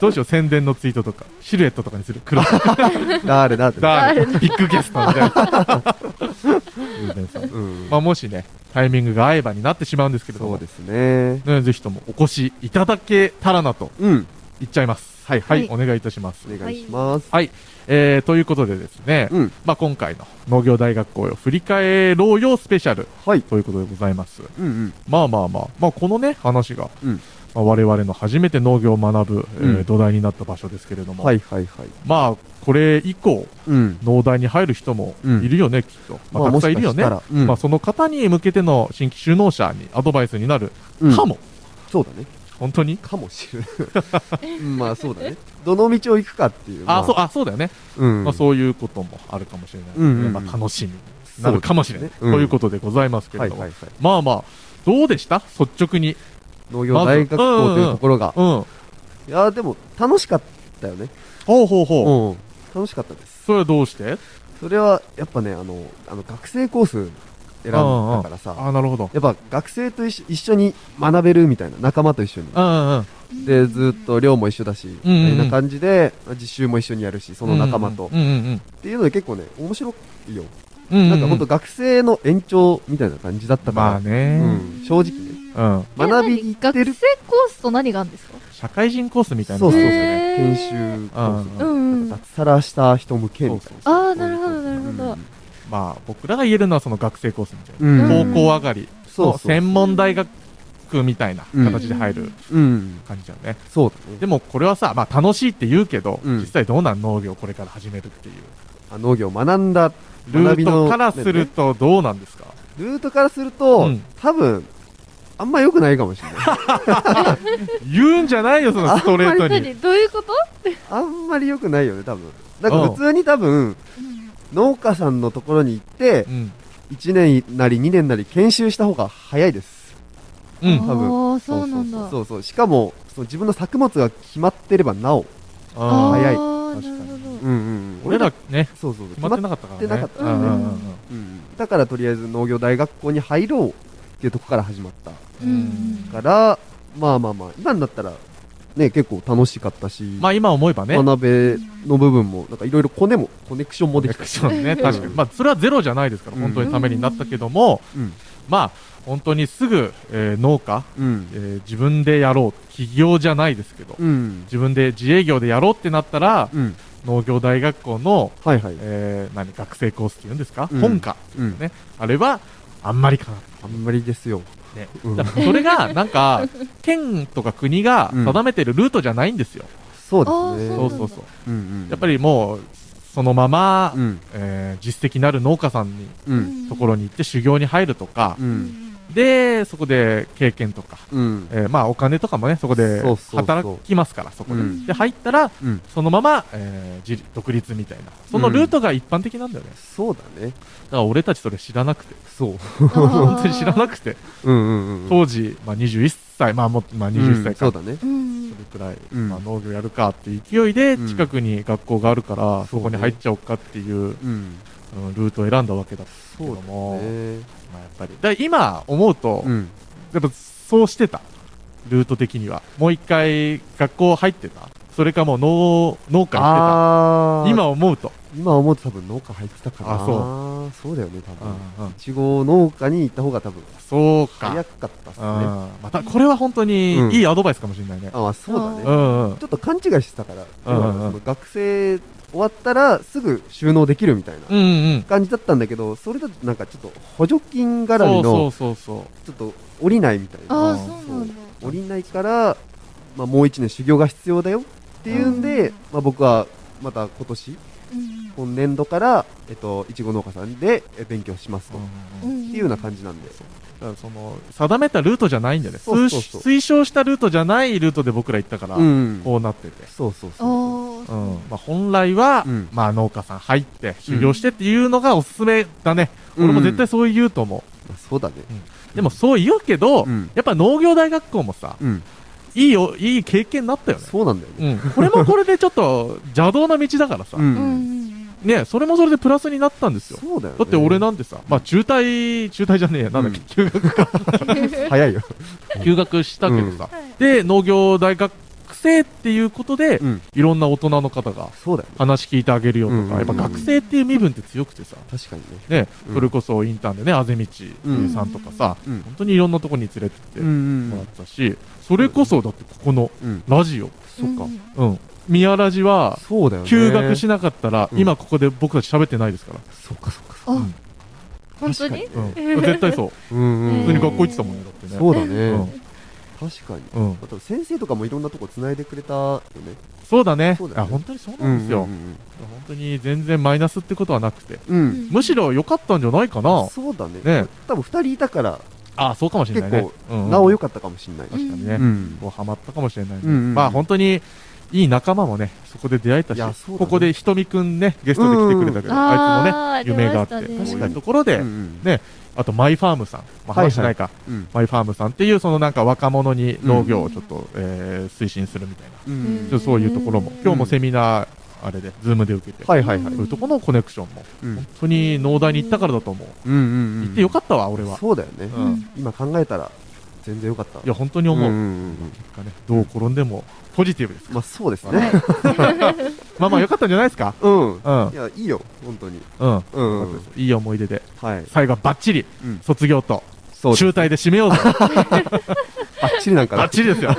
A: どうしよう、宣伝のツイートとか、シルエットとかにする。黒
B: 誰だって。
A: だ
C: だ
A: ビッグゲストみたいな。 友禅さん
B: うん
A: まあ、もしね、タイミングが合えばになってしまうんですけれど
B: そ
A: も
B: う、ですね。
A: ね、ぜひともお越しいただけたらなと
B: うん。
A: 言っちゃいます。はい、はい、
C: は
A: お願いいたします。
B: お願いします。
A: はい、えー、ということでですね、
B: うん。
A: まあ、今回の農業大学校を振り返ろうよスペシャル
B: はい。
A: ということでございます。
B: うんうん。
A: まあまあまあ、まあ、このね、話が、
B: うん
A: まあ、我々の初めて農業を学ぶ、えー
B: うん
A: 土台になった場所ですけれども、
B: はいはいはい。
A: まあ、これ以降、
B: うん。
A: 農大に入る人も
B: うん
A: いるよね、きっと。まあ、たくさんいるよね。
B: まあもしかしたらうん
A: まあ、その方に向けての新規就農者にアドバイスになる
B: うん
A: かも。
B: そうだね。
A: 本当に
B: かもしれない。うんまあそうだね。どの道を行くかっていう。
A: あ、そう、
B: あ、
A: あ、そうだよね。
B: うん。
A: まあ、そういうこともあるかもしれないので、
B: うんうんうん
A: まあ、楽しみになるかもしれない、
B: そうですねうん
A: ということでございますけ
B: は
A: れ
B: い
A: ども。
B: はいはい。
A: まあまあ、どうでした率直に。
B: 農業大学校というところが。
A: うん。ほ
B: いやーでも楽しかったよね。
A: うほうほう。
B: うん。楽しかったです。
A: それはどうして
B: それはやっぱね、あの、あの学生コース選んだからさ。
A: ああ、なるほど。
B: やっぱ学生と一緒一緒に学べるみたいな仲間と一緒に
A: うんうんうん。
B: でずっと寮も一緒だし
A: う
B: み
A: んうん
B: たいな感じでまあ実習も一緒にやるしその仲間と
A: うんうん
B: っていうので結構ね面白いよ
A: うん。うう
B: なんかほんと学生の延長みたいな感じだった
A: ま
B: か
A: あ
B: らう
A: ね、
B: ん正直ね
A: うん。
B: 学びに行ってる
C: 学生コースと何があるんですか
A: 社会人コースみたいうな
B: そ
A: のが
B: そうそう
A: あるんですよね。
C: へー
B: 研修コー
A: う
B: ス
A: ん
C: うん
B: なんか脱サラした人向けみたいな
C: ああ、なるほど、なるほど。
A: まあ、僕らが言えるのはその学生コースみたいな。
B: うん
C: うん
A: 高校上がり
B: そう
A: の
B: そう
A: 専門大学みたいな形で入
C: う
A: る
C: ん
B: うん
A: 感じだよね。
B: そうだね
A: でもこれはさ、まあ楽しいって言うけど、
B: うん
A: 実際どうなん農業これから始めるっていう。
B: あ農業を学んだ
A: ル
B: 学
A: ー
B: び
A: ト
B: の
A: からするとどうなんですか、
B: ルートからすると
A: うん
B: 多分あんま良くないかもし れない
A: 言うんじゃないよ、そのストレート
C: これ
A: に。
C: 何どういうこと
B: あんまり良くないよね、多分。だから普通に多分、農家さんのところに行って
A: う、ん。
B: 1年なり2年なり研修した方が早いです。
A: うん。
B: 多分
C: ああ、そうなんだ。
B: そうそう。しかも、その自分の作物が決まってればなお。
C: あ
A: あ
C: あ
A: ー
B: 早い
C: なるほど。
B: うんうん。
A: 俺ら、ね、
B: そうそうそう。
A: 決まってなかったからね。
B: 決まってな
A: う
B: かった
A: ん
C: ね
A: うんうん
B: うんうん。だからとりあえず農業大学校に入ろうっていうとこから始まった。
A: う
C: うんん
B: から、まあまあまあ、今になったら、ね、結構楽しかったし、
A: まあ今思えばね、
B: 学べの部分も、なんかいろいろコネも、コネクションもできた。
A: そうね、確かに。まあそれはゼロじゃないですから、
B: うん
A: 本当にためになったけども、
B: うん。
A: まあ本当にすぐ、えー農家、
B: うん
A: え。ー自分でやろう、起業じゃないですけど、
B: うん。
A: 自分で自営業でやろうってなったら、
B: うん。
A: 農業大学校の、
B: はいはい。
A: えー、何、学生コースっていうんですか、
B: うん
A: 本科、
B: うん。
A: ね、あれは、あんまりかな。
B: あんまりですよ。
A: ね
B: うん
A: だからそれが、なんか、 県とか国が定めてるルートじゃないんですよ。
B: そうですね。
C: あー
A: そ
C: そうう
A: そうそう。
B: うんうん
A: やっぱ、りもう、そのまま、
B: うん。
A: えー実績のある農家さんに、
B: うん。
A: ところに行って修行に入るとか
B: う、ん。
A: で、そこで経験とか、
B: うん。
A: えーまあお金とかもね、そこで
B: そうそうそう
A: 働きますから、そこで。
B: うん
A: で、入ったら、
B: うん。
A: そのまま、えー自独立みたいな。そのルートが一般的なんだよね。
B: そうだね。
A: だから俺たちそれ知らなくて。
B: そう。
A: 本当に知らな
C: く
A: くて。
B: うんうんうん。
A: 当時、まあ21歳、まあもう、まあ21歳か。
B: そうだね。
C: うん
A: それくらい、
B: うん
A: まあ、農業やるかって勢いで
B: うん
A: 近くに学校があるから、そこに入っちゃおうかっていう、
B: うん。
A: うんルートを選んだわけだけ
B: そう
A: ど
B: だ
A: も、
B: ね。
A: まあ、やっぱりだから今思うと、
B: うん。
A: やっぱそうしてたルート的にはもう一回学校入ってたそれかもう農農家行って
B: あ
A: た
B: ー。
A: 今、思うと、
B: 今思うと多分農家入ってたかな。
A: あそ
B: そうだよね、多分。
A: うんうん
B: いちご農家に行った方が多分
A: そうか、
B: 早かったっす
A: う
B: ね。
A: ん
B: あ
A: またこれは本当
B: う
A: に
B: ん
A: いいアドバイスかもしれないね、
B: まあそうだ
A: う
B: ね。
A: んうん
B: ちょっと勘違いしてたから、
A: うんうんうん
B: 要はその学生終わったらすぐ収納できるみたいな。
A: うんうん
B: 感じだったんだけど、それだとなんかちょっと補助金絡
A: そ
B: み
A: うそ
B: の
A: う、そうそ
B: ちょっと降りないみたいな。
C: あ
A: う
C: あ、
A: ん
C: そうなんだ。
B: 降りないから、まあ、もう一年修行が必要だよっていうんで、
C: うん
B: まあ、僕はまた今年、
C: うん
B: 今年度から、えっと、いちご農家さんでえ勉強します
A: う、
B: と。
A: うん
B: っ
A: うんうん
C: ん
B: ていうような感じなんで。
A: だからその定めたルートじゃないんだよね
B: そうそうそう
A: 推推奨したルートじゃないルートで僕ら行ったから、
B: うん。
A: こうなってて、
B: そうそう
C: あ
B: そう。
A: う
C: あ、
A: んまあ、本来は、
B: うん
A: まあ、農家さん入って修行してっていうのがおすすめだね、
B: うん
A: 俺も絶対そう言うと思
B: まあ、そうだね。
A: う、でもそう言うけど、
B: うん
A: やっぱ農業大学校もさ
B: うん。
A: いいよいい経験になったよね
B: そうなんだよね。
A: うん、これもこれでちょっと邪道な道だからさ、
B: うん。
C: うんうん
A: ね、それもそれでプラスになったんですよ。
B: そうだよ、ね。
A: だって俺なんてさ、まあ中退、中退じゃねえや、なんだっけ、休学、
B: 早いよ。
A: 休学したけどさ、で、農業大学生っていうことで、
B: うん。
A: いろんな大人の方が
B: そうだよね。
A: 話聞いてあげるよとか、
B: うんうんうん
A: やっぱ学生っていう身分って強くてさ、
B: 確かにね。
A: ね、
B: うん
A: それこそインターンでね、あぜ道
B: うん
A: さんとかさ、
B: うん。
A: 本当にいろんなとこに連れてって
B: うん
A: もらったし、それこそだってここの
B: うん。うん。
A: ラジオ、
B: そっか。
A: うん、宮ラジは、
B: そうだよね。
A: 休学しなかったら、
B: うん
A: 今ここで僕たち喋ってないですから。
B: そっかそっかそっか。
C: あ、本当に
A: うん。絶対そう。
B: うんうん。
A: 普通に学校行ってたもんね、だってね。
B: そうだね。
A: うん
B: 確かに。
A: うん。
B: あと先生とかもいろんなとこ繋いでくれたよね。
A: そうだね
B: そうだ。よ
A: あ、
B: ね
A: 本当にそうなんですよ。
B: うん
A: 本当に全然マイナスってことはなくて。
B: うんうん。うん
A: むしろ良かったんじゃないかな。
B: そうだね。
A: ね
B: 多分二人いたから、
A: あ、そうかもしれないね
B: 結。
A: うんうん
B: なお良かったかもしれない。
A: 確かにね。
B: ん
A: こうハマったかもしれないね、
B: うんうんうん
A: まあ本当にいい仲間もねそこで出会えたし、
B: いやそうだね
A: ここでひとみくんねゲストで来てくれたけど、
C: うんうん
A: あいつもね
C: あー
A: 夢があって
C: あり
A: こう
C: ましたね
A: いうところで、
B: うん
A: あとマイファームさん、まあ、
B: はいはい
A: 話してないか、
B: うん
A: マイファームさんっていうそのなんか若者に農業をちょっと、えー推進するみたいな、
B: う
C: うん
A: ちょっとそういうところも今日もセミナーあれでズームで受けて、
B: はいはいはい
A: そういうところのコネクションも
B: うん
A: 本当に農大に行ったからだと思う、
B: うんうんうん
A: 行ってよかったわ俺は、
B: そうだよね、
A: うん
C: うん
B: 今考えたら全然よかった
A: いや本当に思う、
B: んんん
A: なんかねどう転んでもポジティブです
B: まあそうです
A: は
B: ね
A: いまあまあよかったんじゃないですか
B: う
A: う
B: ん
A: ん
B: いやいいよ本当に
A: うん。
B: うん
A: よかったですいい思い出で、
B: はい
A: 最後はバッチリ、
B: うん
A: 卒業と、
B: そう
A: 中退で締め ようぜ。
B: バッチリなんか
A: バッチリです よ。
C: バ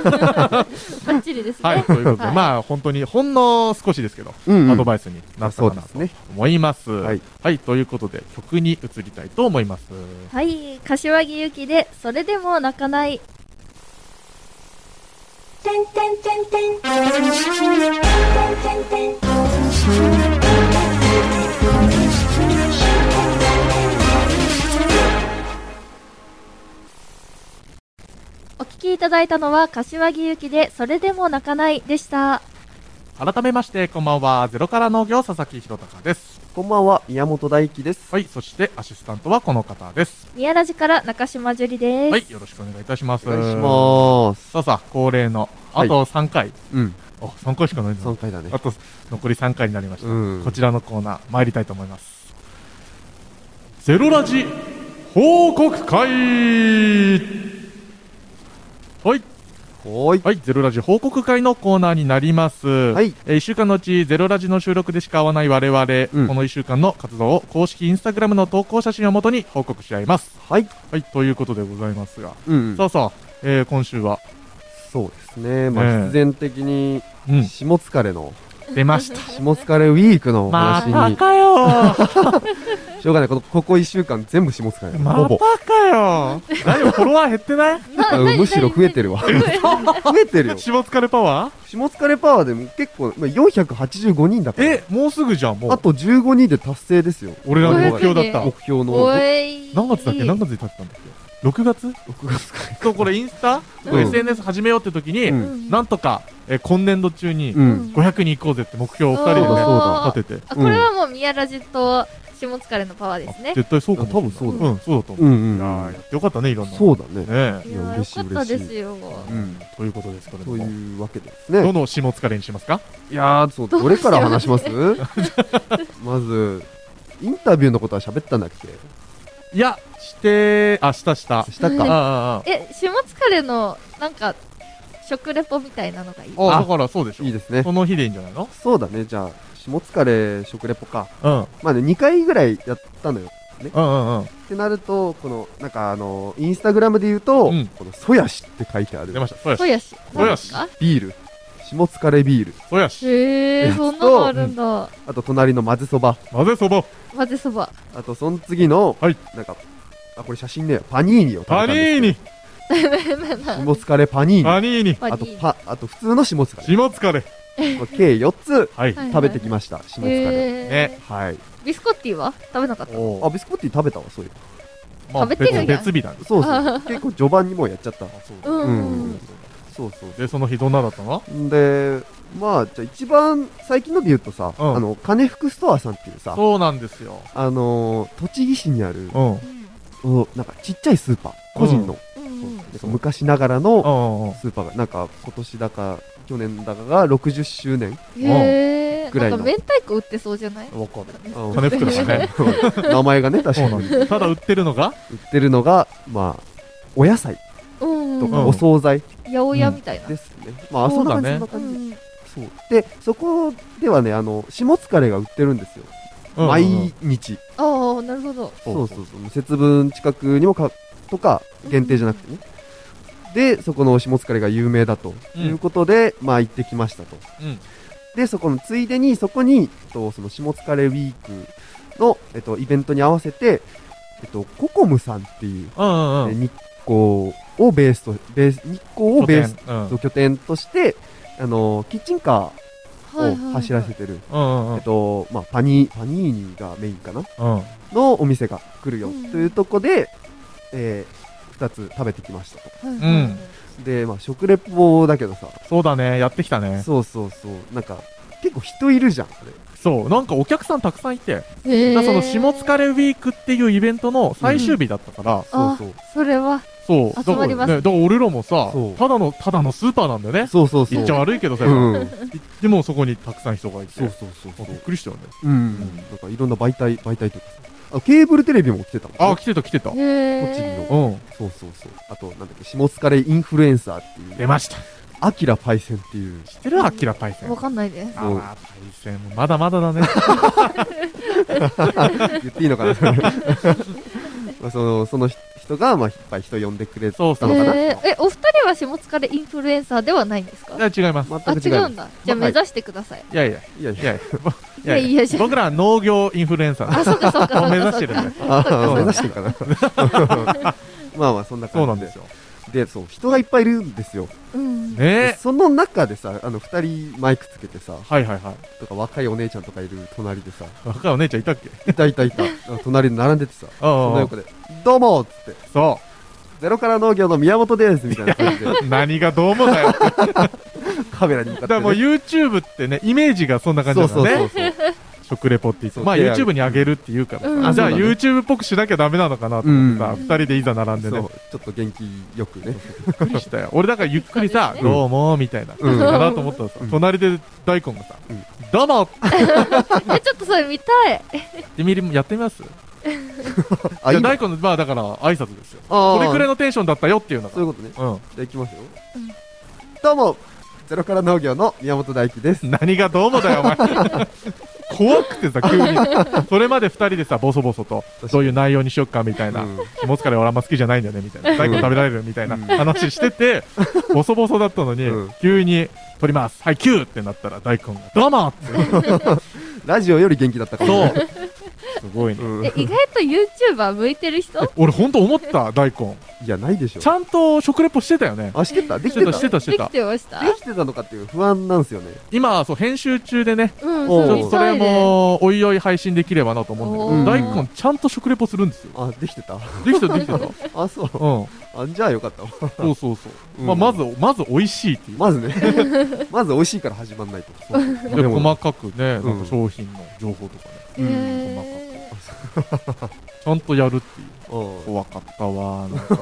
C: ッチリですね。
A: はい。ということで、
C: はい
A: まあ、本当に、ほんの少しですけど、
B: リ、うんうん
A: アドバイスになった
B: そ
A: か
B: うで
A: な
B: す
A: と
B: ね
A: 思います。は
B: はいい。
A: ということで、曲に移りたいと思います。
C: はい、柏木由紀で、それでも泣かない。お聞きいただいたのは、柏木由紀で、それでも泣かないでした。
A: 改めまして、こんばんは。ゼロから農業、佐々木弘隆です。
B: こんばんは宮本大輝です、
A: はい。そして、アシスタントはこの方です。
C: 宮ラジから中島樹里です。
A: はい。よろしくお願いいたします。
B: お願いします
A: さあさあ、恒例の、あ
B: はい
A: と3回。
B: うん
A: あ、3回しかないんだ
B: 3回だね
A: あと残り3回になりました、
B: うん
A: こちらのコーナー参りたいと思いますゼロラジ報告会はい、
B: はーい
A: はい、ゼロラジ報告会のコーナーになります。はいえー一週間のうち、ゼロラジの収録でしか会わない我々、
B: うん
A: この一週間の活動を公式インスタグラムの投稿写真をもとに報告し合います。
B: はい
A: はい、ということでございますが。
B: うん
A: さあさあ、えー、今週は、
B: そうですねまあ
A: ええ
B: 必然的に
A: うん、
B: 下疲れの
A: 出ました。
B: 下疲れウィークのお
A: ま
B: 話
A: た
B: に
A: かよー
B: しょうがないこのここ1週間全部下疲れ
A: またかよ何フォロワー減ってない
C: な
B: うんむしろ増えてるわ 増えてるよ
A: 下疲れパワ
B: 下疲れパワーでも結構、まあ、485人だか
A: ー
B: ら
A: え、もうすぐじゃん、も
B: あ
A: う。
B: と15人で達成ですよ
A: 俺らの目標だっ
C: あ
A: た
B: 目。標の
C: お
B: 6
C: い。
A: 何月だっけ何月に立ってたんだっけ ?6 月
B: 月くらい
A: そう、これインスタ、
B: うん
A: ?SNS 始めようって時に、
B: うん
C: ん
A: なんとか、えー今年度中に
B: うん
A: 500人行こうぜって目標を2人で
B: そうだ
A: ね
B: そう
C: だ
A: 立てて。
C: あこれはもう宮ラジと下疲れのパワーですね。
A: 絶対そうかもしれない。
B: 多分そう
A: だ。ん、そうだと思
B: う
A: う。
B: ん
A: あ
B: う
A: あや
B: ん
A: ってよかったね、いろんな。
B: そうだね
A: ねえ
C: い
B: いや
C: や、よ
B: 嬉しい
C: かったですよ。
B: うん
A: ということです、これ
B: と
A: も。
B: いうわけです
A: ど
B: ね
A: の下疲れにしますか
B: いやーそうどれから話しますまずインタビューのことは喋ったんだっけ
A: いや、して、あ、したした。
B: した
A: ああ
B: か
A: ああ、
C: え、下疲れの、なんか、食レポみたいなのがいい。
A: ああ、
B: あ
A: だからそうでしょ。
B: いいですね
A: その日でいいんじゃないの
B: そうだねじゃあ下疲れ食レポか
A: うん。うん
B: まあね2回ぐらいやったのよ
A: うんうん。
B: ってなるとこのなんかあのインスタグラムで言うと、
A: うん
B: このソヤシって書いてある
A: 出ました。そうや
C: そ
A: し。
C: やし。
A: そうやし
C: なんですか
B: ビール下疲れビール
A: そうやし。
C: へえ、そんなのあるんだ。
B: あと隣の混ぜそば
A: 混ぜそば。
C: 混ぜそ ば。
B: あとその次の、
A: はい
B: なんかあこれ写真ねパニーニを食べた
A: パ
B: ん
A: ニ
B: です
A: ー
B: けど
A: ニ。
B: 下疲れパニーニ
A: パニーニ。
C: パ
B: あと
C: ニーニ
B: パあと普通の下疲れ
A: 下疲れ。
B: これ計4つ
A: はい。
C: はい
B: 食べてきました下疲れ
C: へ
B: はい
C: ービスコッティは食べなかった。
A: お
B: あビスコッティ食べたわそういう
A: まあ、
C: 食べてるやん
A: 別別日だね。
B: そうそう結構序盤にもうやっちゃった
C: う
A: そ
C: ん
B: うん
C: うん。
B: そうそう
A: で、その日どんなだったの
B: んでまあじゃあ一番最近ので言うとさ、
A: うん
B: あの金福ストアさんっていうさ
A: そうなんですよ。
B: あのー栃木市にある
A: うん。うん
B: おなんかちっちゃいスーパー個人の、
C: うん
B: なんか昔ながらの
A: うんうん。
B: スーパーがなんか今年だか去年だかが60周年
C: へえ。
B: ぐらい
C: な
B: の
C: んか明太子売ってそうじゃない
A: わかる。
B: うん
A: 金袋が ね。
B: 名前がね、確
A: そ
B: か
A: うな
B: に。
A: んです。ただ売ってるのが、
B: 売ってるのが、まあ、お野菜
C: うん
B: と
C: うん
B: かお惣菜
C: 八百屋みたいな、
B: ですね。まあ、
A: そ
B: そ
A: うんだ
B: な感
A: ね
B: じ、そんな感じ。
C: うん
B: そう。で、そこではね、あの、下疲れが売ってるんですよ。
A: うん
B: 毎日。
C: ああなるほど
B: そうそうそう。節分近くにもか、とか、限定じゃなくてね。で、そこの下疲れが有名だということで、まあ行ってきましたと。
A: うん
B: で、そこのついでに、そこに、えっと、その下疲れウィークの、えっと、イベントに合わせて、えっと、ココムさんっていう、
A: うんうんう
B: え
A: ん。
B: 日光をベースと、ベース、日光をベース
A: 拠点うん
B: と拠点として、あの、キッチンカ
C: はいはい、
B: ーを走らせてる、
A: うんうん
B: えっと、まあ、パニー、パニーニがメインかな
A: うん。
B: のお店が来るよ
C: うん
B: というとこで、えー、2つ食べてきましたと。
C: はいは
A: う
C: い
A: ん
B: で、まあ、食レポだけどさ、
A: そうだね。やってきたね。
B: そうそうそう、なんか、結構人いるじゃん、あれ。
A: そう。なんかお客さんたくさんいて。
C: へ
A: だ
C: え
A: からその、下疲れウィークっていうイベントの最終日だったから、
B: そう
C: あ
B: そう。
C: それは
A: そう。だか
C: 集ま
A: ら
C: り
A: ね、だ
C: ます
A: から俺らもさ
B: そう、
A: ただの、ただのスーパーなんだよね。
B: そうそうそう。
A: 言っちゃ悪いけどさ、
B: うん。
A: でもそこにたくさん人がいて。
B: そうそうそうそ
A: もうびっ
B: う。
A: くりしたよね。
B: うん。なんかいろんな媒体、媒体というかさあケーブルテレビも来てたもんね、
A: あ、来てた来てた。
C: へ
A: う
C: え
B: こ
A: ん。
B: そうそうそう。あと、なんだっけ、下疲れインフルエンサーっていう。
A: 出ました。
B: アキラパイセンっていう。
A: 知ってるアキラパイセン。
C: わかんないです
A: あーパイセンもまだまだだね。
B: 言っていいのかな まあその、その人が、まあ、いっぱい人呼んでくれたの
A: そ
B: か
A: うな
B: な
A: の
C: へーえお二人は下疲れインフルエンサーではないんですか
A: いや違います。
C: あ
B: 全く
C: 違
B: 違
C: う
B: うんんだ。
C: だじゃあ目指してください、
A: いやいや、
B: いや
A: い
B: いや。
A: やいや。
C: いやいやじゃあ
A: 僕らは農業インフルエンサー
C: あそうかそうか
A: を目
C: そ
A: 指
C: うか
A: して
C: そう
A: るんで。
C: か
B: あ
A: う
B: あ、
A: ん
B: 目指してるかな。 まあまあ、そんな感
A: そ
B: じ
A: うなんですよ。
B: で、そう、人がいっぱいいるんですよ。
C: うん
A: ねえ。
B: その中でさ、あの、二人マイクつけてさ、
A: はいはいは
B: とか若いお姉ちゃんとかいる隣でさ、
A: い。若いお姉ちゃんいたっけ
B: いたいたいた、あ隣で並んでてさ、その
A: あ
B: 横で、どうもっつって、
A: あ、そ
B: ゼロから農業の宮本ですみたい な感じで、
A: う。何がどうもだ よ。だか
B: カメラに向かって
A: ら
B: ね、
A: もう YouTube ってね、イメージがそんな感じ
B: そう
A: なん
B: そ
A: だ
B: うそ
A: ね
B: う。そう。
A: 食レポって言って。
B: そう
A: まあ
B: 手挙
A: YouTube
B: げ
A: にあげるって言うから
C: うん
A: さ。あじゃあ YouTube っぽくしなきゃダメなのかなと思ってさ、
B: うん
A: 二人でいざ並んで
B: そ
A: ね。
B: う、ちょっと元気よくね。
A: びっくりしたよ。俺だからゆっくりさ、
C: そう
B: ですね
A: どうも、みたいな感じかなと思ったらさ
B: う、ん
A: 隣で大根がさ
B: うん、
A: どうも
C: えちょっとそれ見たい
A: やってみる、やってみます
B: あ、
A: いや、
B: いい
A: 大根の、まあだから挨拶ですよ。
B: あ
A: これくらい
B: い
A: のテンションだったよっていうの
B: そういう
A: が。
B: ことね。
A: うん。
B: じゃあ行きますよ。
C: うん
B: どうも、ゼロから農業の宮本大輝です。
A: 何がどうもだよ、お前。 怖くてさ、急に。それまで二人でさ、ボソボソと、どういう内容にしよっか、みたいな
B: うん。
A: 肝疲れ俺あんま好きじゃないんだよね、みたいな。大根食べられるみたいな
B: うん
A: 話してて、ボソボソだったのに
B: うん、
A: 急に、取ります。はい、キューってなったら大根が、どうもって。
B: ラジオより元気だったか
A: そ
B: も
A: う。すごいね。
B: うん。
C: え
B: い
C: 意外と YouTuber 向いてる人
A: 俺ほんと思った、大根。
B: や、ないでしょ
A: ち。ゃんと食レポしてたよね。
B: あ、してたで
A: し
B: き
A: て
B: て
A: た、
B: た
A: して
B: で
A: た、して
C: で
A: た
C: き。てました
B: きてたのかっていう不安なんですよね。
A: 今、そう、編集中でね、
C: う
A: ち
C: んそ
A: ょっ
C: う
A: と
C: み
A: そ
C: た
A: れ
C: いで
A: も、おいおい配信できればなと思うんだけど、
B: うん
A: 大根ちゃんと食レポするんですよ。
B: あ、できてた
A: できてた、できてた。うん。
B: あ、そう。
A: そ
B: あ、じゃあよかったわ。
A: うそうそうう。
B: ん
A: まあ、まず、まず美味しいっていう。
B: ま ずね、まず美味しいから始まんないと。
A: で、
B: でも
A: 細かくね、
B: うん
A: なんか商品の情報とかね、
B: うん
C: へー
A: ちゃんとやるっていう。
B: うん
A: 怖かったわ、なんか。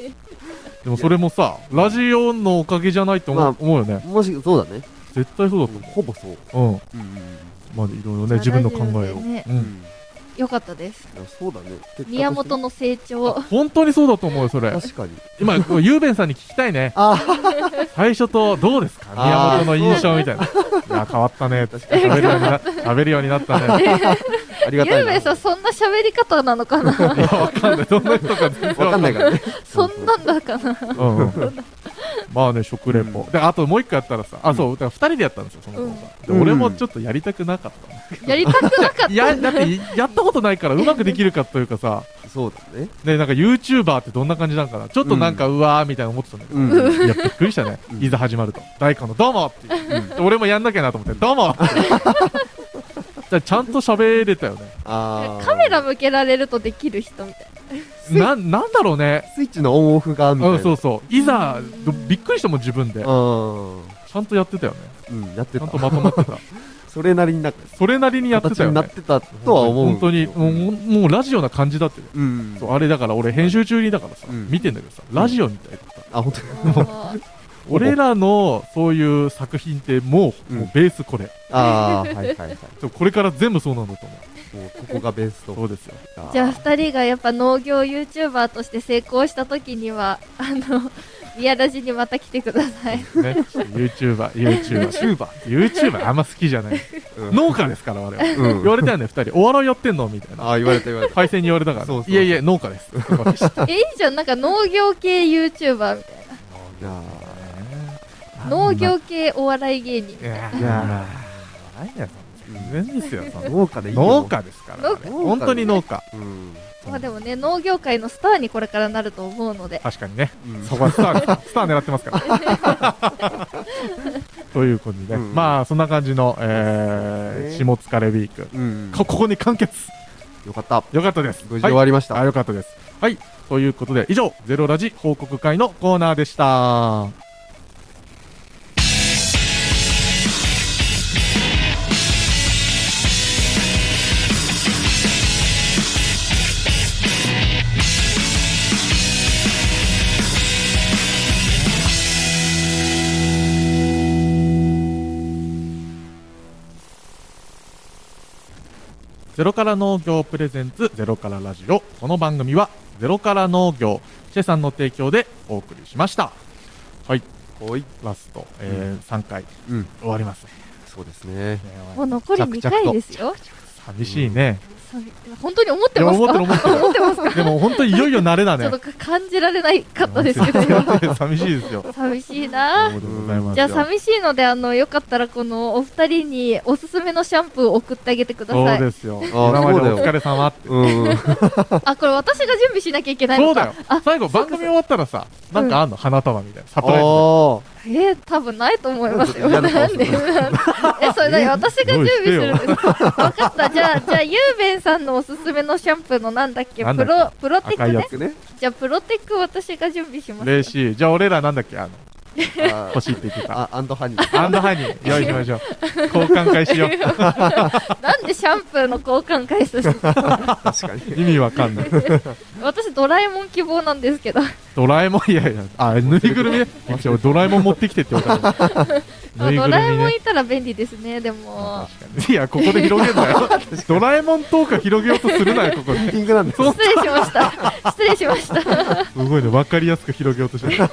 A: でもそれもさ、ラジオのおかげじゃないと思
B: ま
A: う
B: あ
A: 思うよね。
B: もし、そうだね。
A: 絶対そうだ
B: うん
A: と
B: ほぼそう。
A: 思う。
B: うんうん
A: うん。まあ、いろいろ
C: ま
A: ね、
C: あ
A: 自分の考え
C: ラジ
A: を。
C: オでね
A: う
B: うん
A: ん。
B: い
C: よかったです
B: やそうだね。結果として
C: 宮本の成長
A: 本当にそうだと思うよ、それ。
B: 確かに。
A: 今、こうゆうべんさんに聞きたいね。
B: あ
A: 最初とどうですか宮
B: あー
A: 本の印象みたいな。いや、変わったね。
B: 確かに
A: 喋るようにな、喋るようになったね。 い
B: あり
C: ゆ
B: が たいな。
C: うべいさんそんな喋り方なのかな
A: や、わかんない。どんな人か全然
B: わかんないからね。
C: そんなんだかな
A: うんうん。 まあね、食レポ
B: う。ん
A: で、あともう一個やったらさ、あ、そう、だから二人でやったんですよ、その頃さ。で
B: うん
A: 俺もちょっとやりたくなかっ
C: やりたくなかった
A: た。いや、だってい、やったこと ないからうまくできるかというかさ、
B: そうだね。
A: ね、なんか YouTuber ってどんな感じなんかな。ちょっとなんか、うわーみたいな思ってたんだけど。
B: うん。 うん
A: いや、びっくりしたね。
B: うん
A: いざ始まると。大根の、どうもっていう。で俺もやんなきゃなと思って、どう もってだちゃんと喋れたよね。
B: あー
C: カメラ向けられるとできる人みたい
A: な、なんだろうね。
B: スイッチのオンオフがみたいな。
A: うん、そうそう。いざ
C: うん、
A: どびっくりしてもん自分で。ち
B: う
A: ゃんとやってたよね。
B: ん。うん、やって
A: ちゃ
B: た
A: んと。まとまってた。
B: それなりになんか、
A: それなりにやって
B: 形
A: たよ
B: になっ
A: ね。
B: てたとは思う。
A: 本当に、もう、もうラジオな感じだってね。
B: うん。
A: そう、あれだから俺編集中にだからさ、
B: うん
A: 見てんだけどさ、ラジオみたいだった。
B: あ、本当に。
C: な
A: 俺らのそういう作品ってもう,、
B: うん
A: もうベースこれ
B: ああ、はいはいはい。
A: そうこれから全部そうなんだと思
B: もうここがベースと。
A: うそうですよ
B: あー
C: じゃあ二人がやっぱ農業 YouTuber として成功した時にはあの宮ラジにまた来てくださ い
A: ね YouTuberYouTuberYouTuber
B: バ
A: あんま好きじゃない
B: ー
A: 農家ですから我々
B: うん
A: 言われたよね二人お笑いやってんのみたい
B: あ
A: な
B: あ、言われた言わ れた。
A: 配線に言われたから
B: そう
A: ね
B: そう
A: いやいや農家です
C: えいいじゃんなんか農業系 YouTuber みたい
B: あ
C: な農業系お笑い芸人
A: いや
B: いや
A: 何やそんな全然ですよそん
B: ー
A: な
B: 農家でいいよ
A: 農。家ですから
C: 農
A: ね本当に農家
B: うん。
C: まあでもね農業界のスターにこれからなると思うので
A: 確かにね
B: うん
A: そこはスタ ースター狙ってますからということでね
B: うん
A: まあそんな感じの
B: そうで
A: えー
B: す
A: 下
B: ね
A: 疲れウィーク
B: うん。
A: こここに完結
B: よかった。
A: よかったです
B: 無事終わりました。
A: あ、よかったです。はい。ということで、以上、ゼロラジ報告会のコーナーでした。ゼロから農業プレゼンツゼロからラジオ。この番組はゼロから農業シェさんの提供でお送りしました。はい。
B: はい。
A: ラスト、えー3回
B: うん。
A: 終わりますね。
B: そうですね。
C: もう残り2回ですよ
A: 寂しいね。
C: そう本当に思って
A: いや
C: ます
A: 思っ
C: か
A: てる思ってる
C: 思っ てますか
A: でも本当にいよいよ慣れだ
C: ち
A: ね
C: ょっ。とか感じられないかったですけど今
A: 寂しいですよ。
C: 寂しいな
A: そうでございますよ
C: じゃあ寂しいのであのよかったらこのお二人におすすめのシャンプーを送ってあげてくだ
A: そ
C: さ
A: うで
C: い
A: すよ。
B: あ
A: 今まで
B: そうだ
A: お
B: よ
A: 疲れ様って。
B: うん。
C: あこれ私が準備しなきゃいけない
A: そ
C: の
A: うだ
C: か
A: よ。最後番組終わったらさ、なんかあんの花束みたいな。サプライズで。
B: あ
C: えー、多分ないと思いますよ
B: ちょ
C: な
B: っと
C: んで えそれ何私が準備するんですか分かったじゃあじゃあゆうべんさんのおすすめのシャンプーのなんだっけ
A: なんだ
C: プ
A: っけ
C: ロプロテック
A: 赤いや
C: ね
A: つ
B: ー。ね。
C: じゃあプロテック私が準備します
A: 嬉しい。じゃあ俺らなんだっけあの、
B: あ
A: 欲しいって言って た。
B: あ、アンドハニー。
A: アンドハニー、用意しましょう。交換会しよう。
C: なんでシャンプーの交換回 数
B: 確かに。
A: 意味わかんない。
C: 私ドラえもん希望なんですけど
A: ドラえもん、いやいや、あ、ぬいぐるみね。ゆきちゃんドラえもん持ってきてって言われたの。ぬいぐる
C: ド
A: み
C: ラえもん
A: ね。
C: いたら便利ですねでも
A: 確かにいや、ここで広げん なよ。ドラえもんトークは広げようとするなよ、ここで。
B: ピンクなんです。
C: 失礼しました 失礼しました
A: すごいね、わかりやすく広げようとしてる。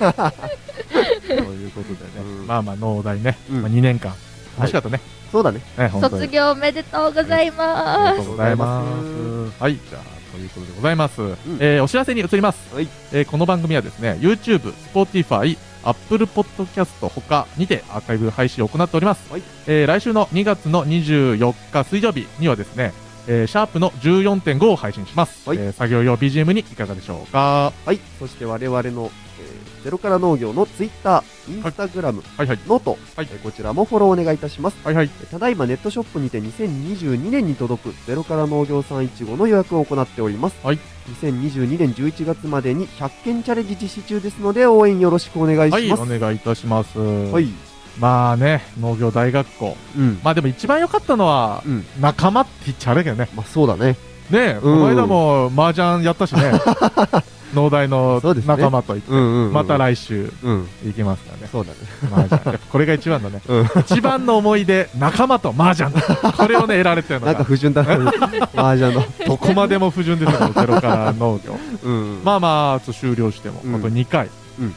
A: ということでね、
B: うん
A: まあまあ、農大ね、
B: うん
A: まあ、2年間、楽しかったね。
B: そうだね。
A: ね本当に
C: 卒業おめでとうござい
A: あ
C: ま
A: りが
C: す
A: とうございま
B: ありがとう
A: す。はい、じゃあ、ということでございます。えーお知らせに移ります。
B: はい
A: えーこの番組はですね、YouTube、Spotify、Apple Podcast ほかにてアーカイブ配信を行っております。
B: はい
A: えー来週の2月の24日水曜日にはですね、えーシャープの14.5を配信します。
B: はい
A: えー作業用 BGM にいかがでしょうか。
B: はい。そして我々の、えーゼロから農業のツイッター、インスタグラム、
A: はいはい。
B: ノート、
A: はい
B: えーこちらもフォローお願いいたします。
A: はいはい。
B: ただいまネットショップにて2022年に届くゼロから農業さんいちごの予約を行っております。
A: はい
B: 2022年11月までに100件チャレンジ実施中ですので応援よろしくお願い
A: は
B: し
A: い、
B: ま
A: お
B: す。
A: 願いいたします。
B: は。。
A: はいまあね、農業大学校。
B: うん。
A: まあでも一番良かったのは
B: う、ん。
A: 仲間って言っちゃあれだけどね。
B: まあそうだね。
A: ねえ、この間も麻雀やった しね、農大の
B: そうですね
A: 仲間と行って、
B: うんうん、うん。
A: また。来週
B: うん。
A: 行きますからね、
B: そうだね。
A: 麻雀。やっぱこれが一番のね、
B: うん。
A: 一番の思い出、仲間と麻雀。これをね、得られてるの
B: なんか
A: が、
B: 不純 だな。麻雀の。
A: どこまでも不純ですよ、ゼロから農業。
B: うん。
A: まあまあ、ちょっと終了しても、
B: うん
A: あと2回、
B: うん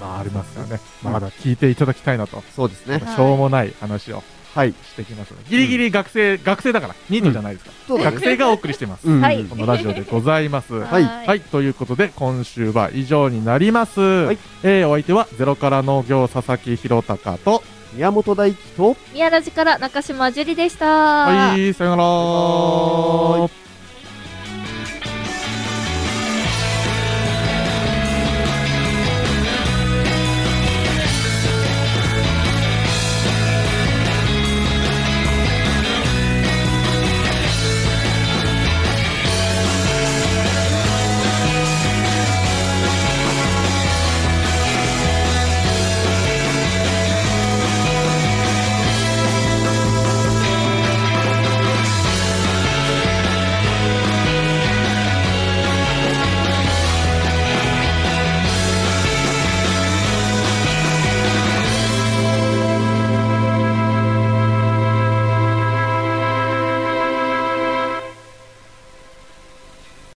A: まあありますからね、
B: うん
A: まだ聞いていただきたいなと、
B: そうですね。
C: はい
A: しょうもない話を
B: はい。
A: してきますので、ギリギリ学生、学生だから、ニートじゃないですか。
B: そうだ
A: 学
B: ね。
A: 生がお送りしています。
B: うん
C: はい
A: このラジオでございます。
B: はい
A: はい、ということで今週は以上になります、
B: い
A: えーお相手はゼロから農業佐々木弘隆と
B: 宮本大輝と、
C: 宮ラジから中島樹里でした
A: はいさよなら
B: バイバーイ